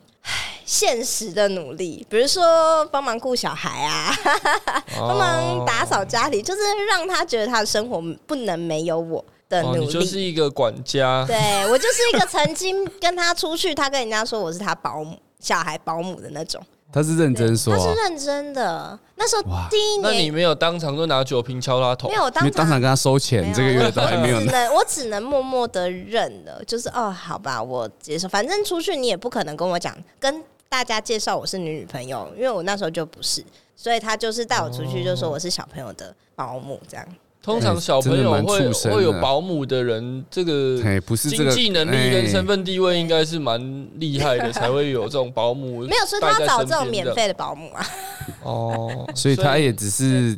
Speaker 2: 现实的努力，比如说帮忙顾小孩啊，
Speaker 1: 哦
Speaker 2: 帮忙打扫家里，就是让他觉得他的生活不能没有我的
Speaker 1: 哦，
Speaker 2: 努
Speaker 1: 你就
Speaker 2: 力。
Speaker 1: 是一个管家，
Speaker 2: 对我就是一个曾经跟他出去，他跟人家说我是他保姆、小孩保姆的那种。
Speaker 3: 他是认真说
Speaker 2: 他是
Speaker 3: 啊，
Speaker 2: 认真的。那时候
Speaker 3: 哇
Speaker 2: 第一
Speaker 1: 那你
Speaker 2: 年
Speaker 1: 没有当场就拿酒瓶敲他头
Speaker 2: 没？有
Speaker 3: 你
Speaker 2: 当
Speaker 3: 当场跟他收
Speaker 2: 没
Speaker 3: 钱，
Speaker 2: 有
Speaker 3: 这个月都还没有
Speaker 2: 只
Speaker 3: 拿。
Speaker 2: 能嗯我只能默默的认了，就是哦，好吧，我接受。反正出去你也不可能跟我讲，跟大家介绍我是你女朋友，因为我那时候就不是，所以他就是带我出去，
Speaker 1: 哦
Speaker 2: 就说我是小朋友的保姆这样。
Speaker 1: 通常小朋友
Speaker 3: 哎真的蛮
Speaker 1: 会
Speaker 3: 畜生的
Speaker 1: 会有保姆的人，这个
Speaker 2: 啊
Speaker 3: 哎，不是这
Speaker 1: 经
Speaker 3: 个
Speaker 1: 济能力跟
Speaker 3: 哎
Speaker 1: 身份地位应该是蛮厉害的，才会有这种保姆
Speaker 2: 没有说他要找这
Speaker 1: 带在
Speaker 2: 种
Speaker 1: 身边
Speaker 2: 免
Speaker 1: 的
Speaker 2: 费的保姆啊，
Speaker 1: 哦，
Speaker 3: 所以他也只是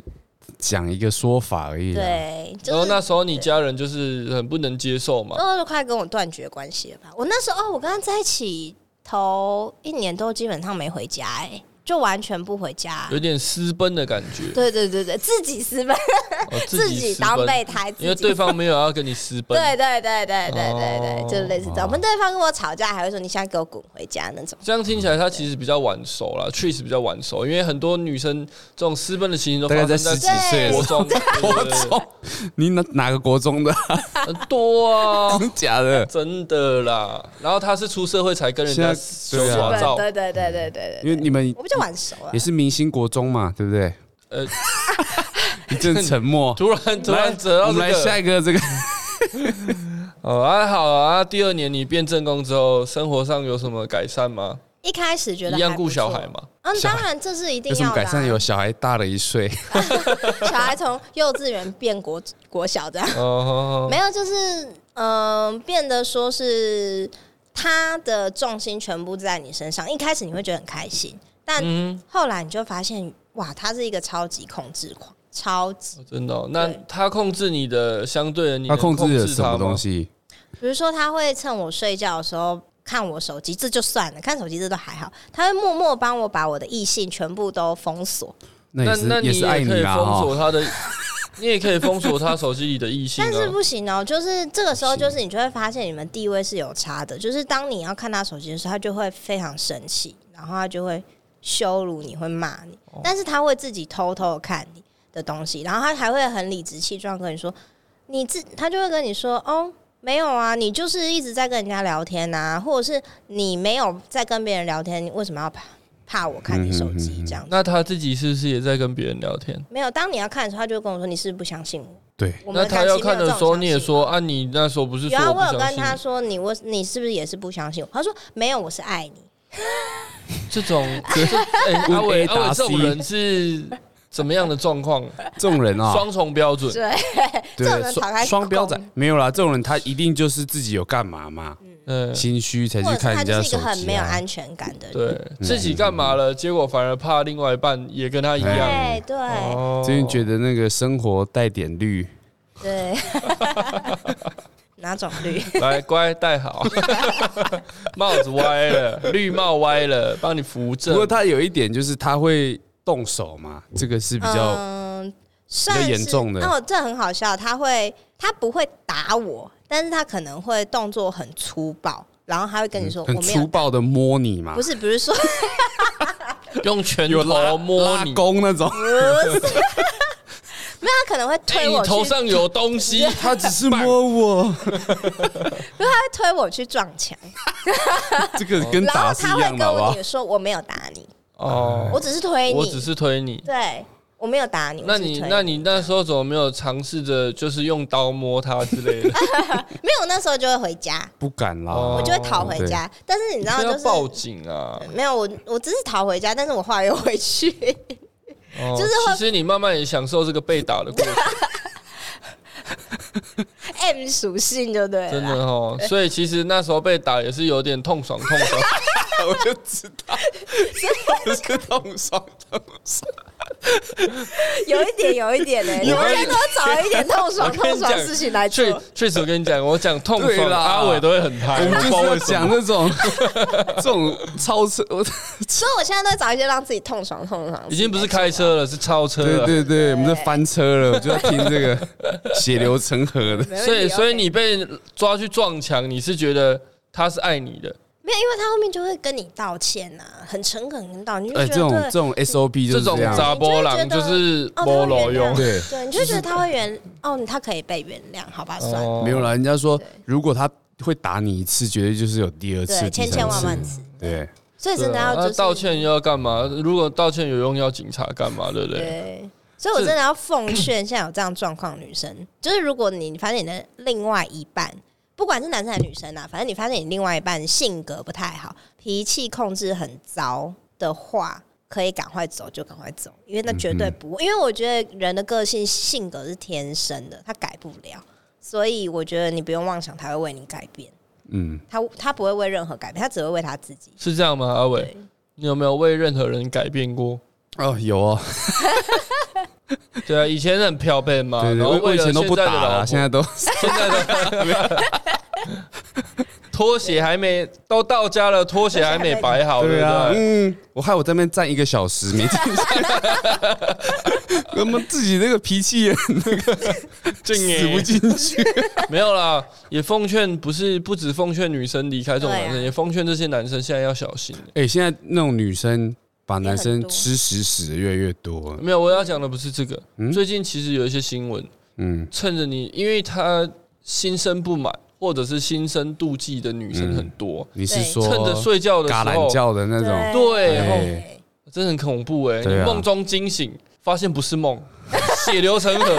Speaker 3: 讲一个说法而已啊。
Speaker 2: 对，
Speaker 1: 然后哦
Speaker 2: 就是。
Speaker 1: 那时候你家人就是很不能接受嘛，
Speaker 2: 那就快跟我断绝关系了吧！我那时候哦，我跟他在一起头一年都基本上没回家、哎，就完全不回家。
Speaker 1: 有点私奔的感觉，
Speaker 2: 对对对对，自己私奔，
Speaker 1: 哦
Speaker 2: 自
Speaker 1: 己私
Speaker 2: 当
Speaker 1: 奔，
Speaker 2: 备胎，自
Speaker 1: 因为
Speaker 2: 己
Speaker 1: 对方没有要跟你私奔，
Speaker 2: 对对对对对对
Speaker 1: 哦
Speaker 2: 对，就类似
Speaker 3: 啊
Speaker 2: 这样。我们对方跟我吵架，还会说你现在给我滚回家那种。
Speaker 1: 这样听起来他其实比较晚熟啦，确实比较晚熟，因为很多女生这种私奔的情形都
Speaker 3: 大
Speaker 1: 发
Speaker 3: 概
Speaker 1: 生在
Speaker 3: 在十几岁的
Speaker 1: 国
Speaker 3: 时
Speaker 1: 中，国中
Speaker 3: 你哪哪个国中的？
Speaker 1: 很 多啊，
Speaker 3: 真假的？
Speaker 1: 真的啦。然后他是出社会才跟人家修
Speaker 3: 现在对啊
Speaker 1: 耍照，
Speaker 2: 对对对对对
Speaker 3: 因
Speaker 2: 对，
Speaker 3: 为你们
Speaker 2: 我比较晚熟啊
Speaker 3: 也。是明星国中嘛，对不对？
Speaker 1: 呃，
Speaker 3: 一阵 沉默。
Speaker 1: 突然突
Speaker 3: 来
Speaker 1: 然折到
Speaker 3: 我
Speaker 1: 这
Speaker 3: 们来下
Speaker 1: 个，
Speaker 3: 一个这个，
Speaker 1: 哦，还好啊。第二年你变正宫之后，生活上有什么改善吗？
Speaker 2: 一开始觉得
Speaker 1: 一样
Speaker 2: 还不
Speaker 1: 顾小
Speaker 2: 错
Speaker 1: 孩嘛，
Speaker 2: 嗯，
Speaker 3: 小
Speaker 2: 当
Speaker 3: 孩
Speaker 2: 然这是一定
Speaker 3: 有什
Speaker 2: 要
Speaker 3: 么
Speaker 2: 的
Speaker 3: 改
Speaker 2: 啊。
Speaker 3: 善？有小孩大了一岁，
Speaker 2: 小孩从幼稚园变国国小这样，
Speaker 1: 哦，
Speaker 2: 没有就是嗯、呃变得说是他的重心全部在你身上。一开始你会觉得很开心，但
Speaker 1: 嗯，
Speaker 2: 后来你就发现哇，他是一个超级控制狂，超级。
Speaker 1: 真的哦。那
Speaker 2: 对
Speaker 1: 他控制你的，相对的你
Speaker 3: 他
Speaker 1: 能
Speaker 3: 控制了什
Speaker 1: 他
Speaker 3: 么
Speaker 1: 吗
Speaker 3: 东？西？
Speaker 2: 比如说，他会趁我睡觉的时候看我手机，这就算了，看手机这都还好。他会默默帮我把我的异性全部都封锁，
Speaker 3: 那
Speaker 1: 那那
Speaker 3: 也是也
Speaker 1: 你
Speaker 3: 是爱
Speaker 1: 也可以
Speaker 3: 啊！
Speaker 1: 封
Speaker 3: 哈，
Speaker 1: 锁他的， 你也可以封锁他手机里的异性
Speaker 2: 但是
Speaker 1: 啊。
Speaker 2: 不行哦、就是这个时候，就是你就会发现你们地位是有差的。就是当你要看他手机的时候，他就会非常生气，然后他就会羞辱你，会骂你，
Speaker 1: 哦
Speaker 2: 但是他会自己偷偷地看你的东西，然后他还会很理直气壮地跟你说，你自他就会跟你说，哦，没有啊，你就是一直在跟人家聊天呐、或者是你没有在跟别人聊天，你为什么要怕怕我看你手
Speaker 3: 嗯嗯嗯
Speaker 2: 机
Speaker 3: 嗯
Speaker 2: 这样子？
Speaker 1: 那他自己是不是也在跟别人聊天？
Speaker 2: 没有，当你要看的时候，他就会跟我说，你是不是不相信我？
Speaker 3: 对，
Speaker 2: 我们
Speaker 1: 那他要看
Speaker 2: 的
Speaker 1: 的时候，你也说啊，你那时候不是说
Speaker 2: 然后
Speaker 1: 不
Speaker 2: 我有
Speaker 1: 相
Speaker 2: 跟他
Speaker 1: 信
Speaker 2: 说，你我你是不是也是不相信我？他说没有，我是爱你。
Speaker 1: 这种？ 这 哎，
Speaker 3: 问
Speaker 1: 阿伟
Speaker 3: A
Speaker 1: 阿伟
Speaker 3: 答
Speaker 1: 这
Speaker 3: C
Speaker 1: 种人是怎么样的状况？
Speaker 3: 这种 人啊，
Speaker 1: 双重标准，
Speaker 2: 对，这
Speaker 3: 对
Speaker 2: 种人讨
Speaker 3: 双
Speaker 2: 厌
Speaker 3: 双标
Speaker 2: 狗
Speaker 3: 仔没有啦，这种人他一定就是自己有干嘛嘛，
Speaker 1: 嗯，
Speaker 3: 心虚才
Speaker 2: 或者
Speaker 3: 去
Speaker 2: 是
Speaker 3: 看
Speaker 2: 他
Speaker 3: 人
Speaker 2: 就是
Speaker 3: 家的
Speaker 2: 一
Speaker 3: 手
Speaker 2: 个很
Speaker 3: 机
Speaker 2: 没有
Speaker 3: 啊。
Speaker 2: 安全感的人。
Speaker 1: 对
Speaker 3: 嗯
Speaker 1: 自己干嘛了，结果反而怕另外一半也跟他一样。
Speaker 2: 对对、
Speaker 1: 哦
Speaker 3: 最近觉得那个生活带点绿，
Speaker 2: 对， 哪种绿？
Speaker 1: 哦来乖戴 好，帽子歪了，绿帽歪了，帮你扶
Speaker 3: 不过
Speaker 1: 正。
Speaker 3: 他有一点就是他会动手嘛，这个 是比较
Speaker 2: 嗯，算是
Speaker 3: 严重的
Speaker 2: 哦，这很好笑，他会他不会打我，但是他可能会动作很粗暴，然后他会跟你说、
Speaker 3: 嗯很
Speaker 2: 我没
Speaker 3: 粗
Speaker 2: 有，
Speaker 3: 暴的摸你嘛
Speaker 2: 不，是不是说
Speaker 1: 用拳头摸
Speaker 3: 拉
Speaker 1: 你，
Speaker 3: 弓那种，
Speaker 2: 没有，他可能会
Speaker 1: 哎，
Speaker 2: 推
Speaker 1: 你
Speaker 2: 我去，
Speaker 1: 头上有东西，
Speaker 3: 他只是 摸我，
Speaker 2: 他会推我去撞墙，
Speaker 3: 这个跟
Speaker 2: 然
Speaker 3: 打
Speaker 2: 后
Speaker 3: 是
Speaker 2: 他
Speaker 3: 一
Speaker 2: 会
Speaker 3: 样
Speaker 2: 跟
Speaker 3: 的，好不好
Speaker 2: 我？说我没有打你，
Speaker 1: 哦，
Speaker 2: 我只是推你，
Speaker 1: 我只是推你。
Speaker 2: 对我没有打你。
Speaker 1: 那
Speaker 2: 我只
Speaker 1: 你
Speaker 2: 是推
Speaker 1: 那你那时候怎么没有尝试着就是用刀摸他之类
Speaker 2: 哦
Speaker 1: 的？
Speaker 2: 没有，那时候就会回家，
Speaker 3: 不敢啦，
Speaker 1: 哦
Speaker 2: 我就会逃回家。但是你知道，
Speaker 1: 要
Speaker 2: 就
Speaker 1: 报
Speaker 2: 是
Speaker 1: 警啊！
Speaker 2: 没有我，我只是逃回家，但是我后来又回去，
Speaker 1: 哦
Speaker 2: 就是会
Speaker 1: 其实你慢慢也享受这个被打的过程，
Speaker 2: M 属性就对
Speaker 1: 真
Speaker 2: 了
Speaker 1: 的
Speaker 2: 啦。
Speaker 1: 哦。所以其实那时候被打也是有点痛爽痛爽。
Speaker 3: 我就知道，就是动手动手，
Speaker 2: 有一点，有一 点嘞、你
Speaker 1: 有
Speaker 2: 们
Speaker 1: 一
Speaker 2: 再多找一点 痛
Speaker 1: 我
Speaker 2: 爽、
Speaker 1: 跟
Speaker 2: 痛
Speaker 1: 你
Speaker 2: 爽
Speaker 1: 讲
Speaker 2: 的事情来做
Speaker 1: 确。确实，我跟你讲，我讲痛
Speaker 3: 对
Speaker 1: 爽，
Speaker 3: 啦
Speaker 1: 阿伟都会很
Speaker 3: 我
Speaker 1: 嗨。
Speaker 3: 们
Speaker 1: 我
Speaker 3: 就
Speaker 1: 不
Speaker 3: 是
Speaker 1: 知道
Speaker 3: 要
Speaker 1: 为什
Speaker 3: 讲
Speaker 1: 么。
Speaker 3: 那 种这种超车，我
Speaker 2: 所以我现在都会找一些让自己痛爽、痛爽的事情。
Speaker 1: 已经不是开车了，是超车
Speaker 3: 对
Speaker 1: 了。
Speaker 3: 对对，我们在翻车了，我就要听这个血流成河的。
Speaker 2: 没问题
Speaker 1: 所以，所以
Speaker 2: OK
Speaker 1: 你被抓去撞墙，你是觉得他是爱你的，
Speaker 2: 没有，因为他后面就会跟你道歉呐、很诚恳跟你道，你就
Speaker 3: 哎，
Speaker 2: 觉
Speaker 3: 这
Speaker 2: 得
Speaker 3: 种
Speaker 2: 对
Speaker 3: 这种 SOP 就
Speaker 1: 这
Speaker 3: 是这
Speaker 1: 种
Speaker 3: 样，
Speaker 1: 杂波浪就是
Speaker 2: 哦，
Speaker 1: 波
Speaker 2: 他
Speaker 1: 罗
Speaker 2: 会原
Speaker 1: 用
Speaker 2: 谅，。
Speaker 3: 对
Speaker 2: 对，你就觉得他会原哦，他可以被原谅，好吧，算了，
Speaker 1: 哦
Speaker 3: 没有啦，人家说
Speaker 2: 对
Speaker 3: 如果他会打你一次，绝对就是有第二次、
Speaker 2: 对，
Speaker 3: 第
Speaker 2: 千
Speaker 3: 三
Speaker 2: 千万
Speaker 3: 次。
Speaker 2: 万次，
Speaker 3: 对，
Speaker 2: 所以真的
Speaker 1: 对啊
Speaker 2: 要
Speaker 1: 那
Speaker 2: 就是
Speaker 1: 道歉又要干嘛？如果道歉有用，要警察干嘛？对不对？
Speaker 2: 对，所以我真的要奉劝现在有这样状况的女生，就是如果你发现你的另外一半，不管是男生还是女生啊，反正你发现你另外一半性格不太好，脾气控制很糟的话。可以赶快走就赶快走，因为那绝
Speaker 1: 嗯
Speaker 2: 对不，因为我觉得人的个性性格是天生的，他改不了，所以我觉得你不用妄想他会为你改变，
Speaker 3: 嗯，
Speaker 2: 他他不会为任何改变，他只会为他自己。
Speaker 1: 是这样吗？阿伟
Speaker 2: 对，
Speaker 1: 你有没有为任何人改变过？
Speaker 3: 哦，有哦，
Speaker 1: 对啊，以前很漂配嘛，
Speaker 3: 对对，
Speaker 1: 啊然后
Speaker 3: 我我
Speaker 1: 为
Speaker 3: 以
Speaker 1: 了
Speaker 3: 前都不打
Speaker 1: 了，
Speaker 3: 了，现在都
Speaker 1: 现在的拖鞋还没都到家了，拖鞋还没摆好，对不哦对？
Speaker 3: 嗯，我害我在那边站一个小时，没进去， 我们自己那个脾气也
Speaker 1: 敬
Speaker 3: 死不
Speaker 1: 你
Speaker 3: 进去，
Speaker 1: 没有啦，也奉劝，不是不止奉劝女生离开这种男
Speaker 2: 对
Speaker 1: 生，
Speaker 2: 啊
Speaker 1: 也奉劝这些男生现在要小心。
Speaker 3: 哎，现在那种女生把男
Speaker 2: 也很
Speaker 3: 生
Speaker 2: 多
Speaker 3: 吃屎屎的越来越多，
Speaker 1: 没有，我要讲的不是这个
Speaker 3: 嗯。
Speaker 1: 最近其实有一些新闻，
Speaker 3: 嗯
Speaker 1: 趁着你，因为他心生不满或者是心生妒忌的女生很多，
Speaker 3: 你是
Speaker 2: 对
Speaker 3: 说
Speaker 1: 趁着睡觉的
Speaker 3: 嗯嘎
Speaker 1: 时
Speaker 3: 懒
Speaker 1: 候，
Speaker 3: 觉的那种，
Speaker 1: 对哦
Speaker 3: 哎
Speaker 1: 真的很恐怖哎、
Speaker 3: 对
Speaker 1: 你
Speaker 3: 啊
Speaker 1: 梦中惊醒，发现不是梦，血流成河。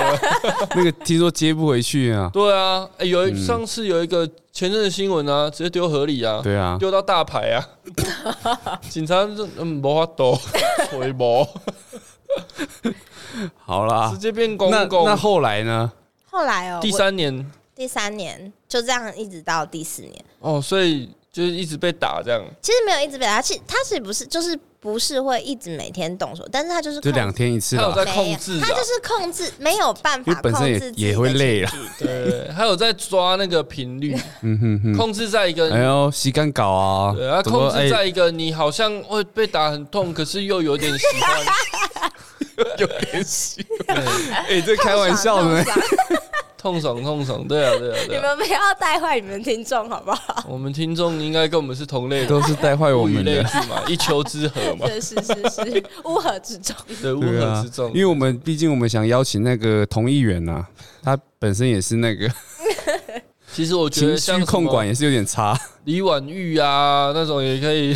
Speaker 3: 那个听说接不回去啊，
Speaker 1: 对啊，哎有一
Speaker 3: 嗯
Speaker 1: 上次有一个前阵的新闻啊，直接丢河里啊，
Speaker 3: 对啊，
Speaker 1: 丢到大牌啊， 警察就嗯没法躲，吹毛，
Speaker 3: 好
Speaker 1: 直
Speaker 3: 啦，
Speaker 1: 接变公
Speaker 3: 那
Speaker 1: 公
Speaker 3: 啊那。后来呢？
Speaker 2: 后来哦，
Speaker 1: 第
Speaker 2: 我
Speaker 1: 三年
Speaker 2: 第三年就这样一直到第四年，
Speaker 1: 哦，所以就是一直被打这样，
Speaker 2: 其实没有一直被他，其实他是不是就是不是会一直每天动手，但是他就是
Speaker 3: 就
Speaker 2: 控
Speaker 3: 两天一次
Speaker 1: 他有
Speaker 3: 啦，
Speaker 1: 在
Speaker 2: 没有
Speaker 1: 控制啊
Speaker 2: 他就是控制没有办
Speaker 3: 因
Speaker 2: 法
Speaker 3: 为本
Speaker 2: 控制
Speaker 3: 身也
Speaker 2: 自己
Speaker 3: 也会
Speaker 2: 的
Speaker 3: 累啊
Speaker 2: 情
Speaker 3: 了，
Speaker 2: 绪，
Speaker 1: 对，还有在抓那个频率，
Speaker 3: 嗯哼哼，
Speaker 1: 控制在一个
Speaker 3: 哎呦，洗干搞啊，
Speaker 1: 对啊，
Speaker 3: 怎么
Speaker 1: 控制
Speaker 3: 哎
Speaker 1: 在一个你好像会被打很痛，可是又有点喜 欢，
Speaker 3: 有点洗，
Speaker 1: 对
Speaker 3: 哎，这开玩笑的
Speaker 2: 痛
Speaker 3: 呢，
Speaker 2: 爽。痛爽
Speaker 1: 痛爽痛爽，对啊对啊
Speaker 2: 你
Speaker 1: 对啊。
Speaker 2: 们不要带坏你们听众好不好？
Speaker 1: 我们听众应该跟我们是同类的，
Speaker 3: 都是带坏我
Speaker 1: 物以
Speaker 3: 们
Speaker 1: 类
Speaker 3: 的。
Speaker 1: 聚嘛，一丘之貉嘛，
Speaker 2: 是是是是，乌合之众。
Speaker 1: 对，乌
Speaker 3: 对
Speaker 1: 合
Speaker 3: 啊
Speaker 1: 之众
Speaker 3: 因。为我们毕竟我们想邀请那个同议员呐、 啊，他本身也是那个
Speaker 1: 其实我觉
Speaker 3: 情
Speaker 1: 得像
Speaker 3: 绪
Speaker 1: 什
Speaker 3: 控
Speaker 1: 么
Speaker 3: 管也是有点差。
Speaker 1: 李婉玉啊那种也可 以，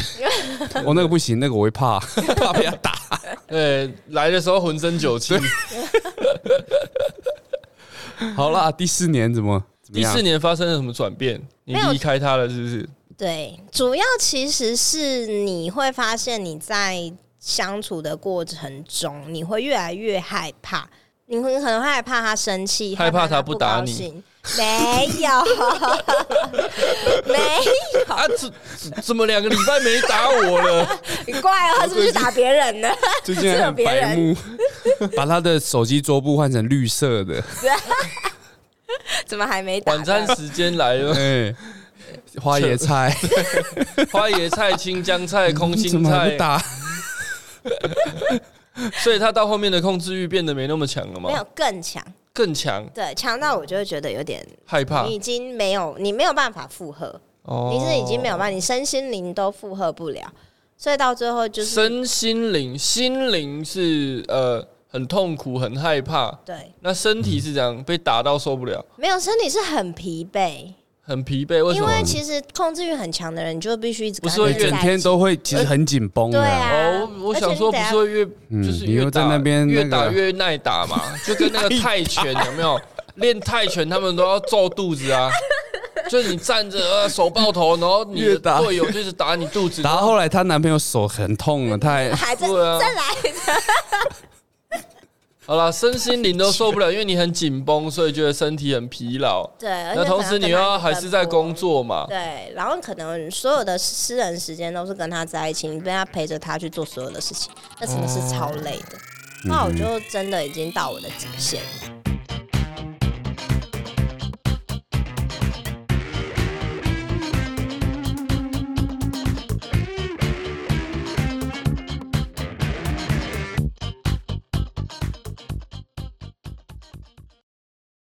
Speaker 3: 我、哦那个不行，那个我会 怕，怕被他打。
Speaker 1: 呃，来的时候浑身酒气。
Speaker 3: 好啦，第四年怎么怎么
Speaker 1: 第
Speaker 3: 样
Speaker 1: 四？年发生了什么转变？你
Speaker 2: 没有
Speaker 1: 离开他了是不是？
Speaker 2: 对，主要其实是你会发现你在相处的过程中，你会越来越害怕，你会很害怕他生气，
Speaker 1: 害怕
Speaker 2: 怕
Speaker 1: 他不
Speaker 2: 不
Speaker 1: 打
Speaker 2: 高
Speaker 1: 你
Speaker 2: 兴。没有，没，
Speaker 1: 啊，怎怎怎么两个礼拜没打我 了？
Speaker 2: 你怪哦，他是不是去打别人呢？
Speaker 3: 最近还很白目，把他的手机桌布换成绿色的，
Speaker 2: 怎么还没打呢？
Speaker 1: 晚餐时间来了，
Speaker 3: 哎、花椰菜，
Speaker 1: 花椰菜、青江菜、空
Speaker 3: 你怎
Speaker 1: 心
Speaker 3: 么还不
Speaker 1: 菜，
Speaker 3: 打？
Speaker 1: 所以他到后面的控制欲变得没那么强了
Speaker 2: 没有
Speaker 1: 吗？
Speaker 2: 更强，
Speaker 1: 更强，
Speaker 2: 对，强到我就会觉得有点，
Speaker 1: 害怕
Speaker 2: 你已经没有，你没有办法负荷，
Speaker 1: 哦
Speaker 2: 你是已经没有办法，你身心灵都负荷不了，所以到最后就是
Speaker 1: 身心灵，心灵是呃很痛苦、很害怕，
Speaker 2: 对，
Speaker 1: 那身体是这样被打到受不了，
Speaker 2: 没有身体是很疲惫，
Speaker 1: 很疲惫。为什
Speaker 2: 因
Speaker 1: 么？
Speaker 2: 为其实控制欲很强的人，你就必须一直跟
Speaker 1: 不是会
Speaker 2: 他
Speaker 1: 越
Speaker 2: 在
Speaker 3: 整
Speaker 2: 一起
Speaker 3: 天都会，其实很紧绷的、
Speaker 2: 对啊
Speaker 1: 哦，我我想说不是会越
Speaker 3: 嗯
Speaker 1: 就是
Speaker 3: 你
Speaker 1: 越
Speaker 3: 又在
Speaker 1: 打
Speaker 3: 那边那
Speaker 1: 越
Speaker 3: 个
Speaker 1: 打越耐打 嘛，就跟那个泰拳有没有练泰拳，他们都要揍肚子啊。就是你站着呃手抱头，然后你
Speaker 3: 越
Speaker 1: 的
Speaker 3: 打
Speaker 1: 队友就是打你肚子，
Speaker 3: 然后后来她男朋友手很痛了，她 还
Speaker 2: 还在
Speaker 1: 对啊
Speaker 2: 再来，
Speaker 1: 好了，身心灵都受不了，因为你很紧绷，所以觉得身体很疲劳。
Speaker 2: 对，而
Speaker 1: 那
Speaker 2: 且
Speaker 1: 同
Speaker 2: 可能
Speaker 1: 时你
Speaker 2: 跟
Speaker 1: 又
Speaker 2: 他
Speaker 1: 要
Speaker 2: 一起
Speaker 1: 还是在
Speaker 2: 奔波
Speaker 1: 工，作嘛，
Speaker 2: 对，然后可能所有的私人时间都是跟他在一起，你被他陪着他去做所有的事情，那真的是超累的。那我就真的已经到我的极限了，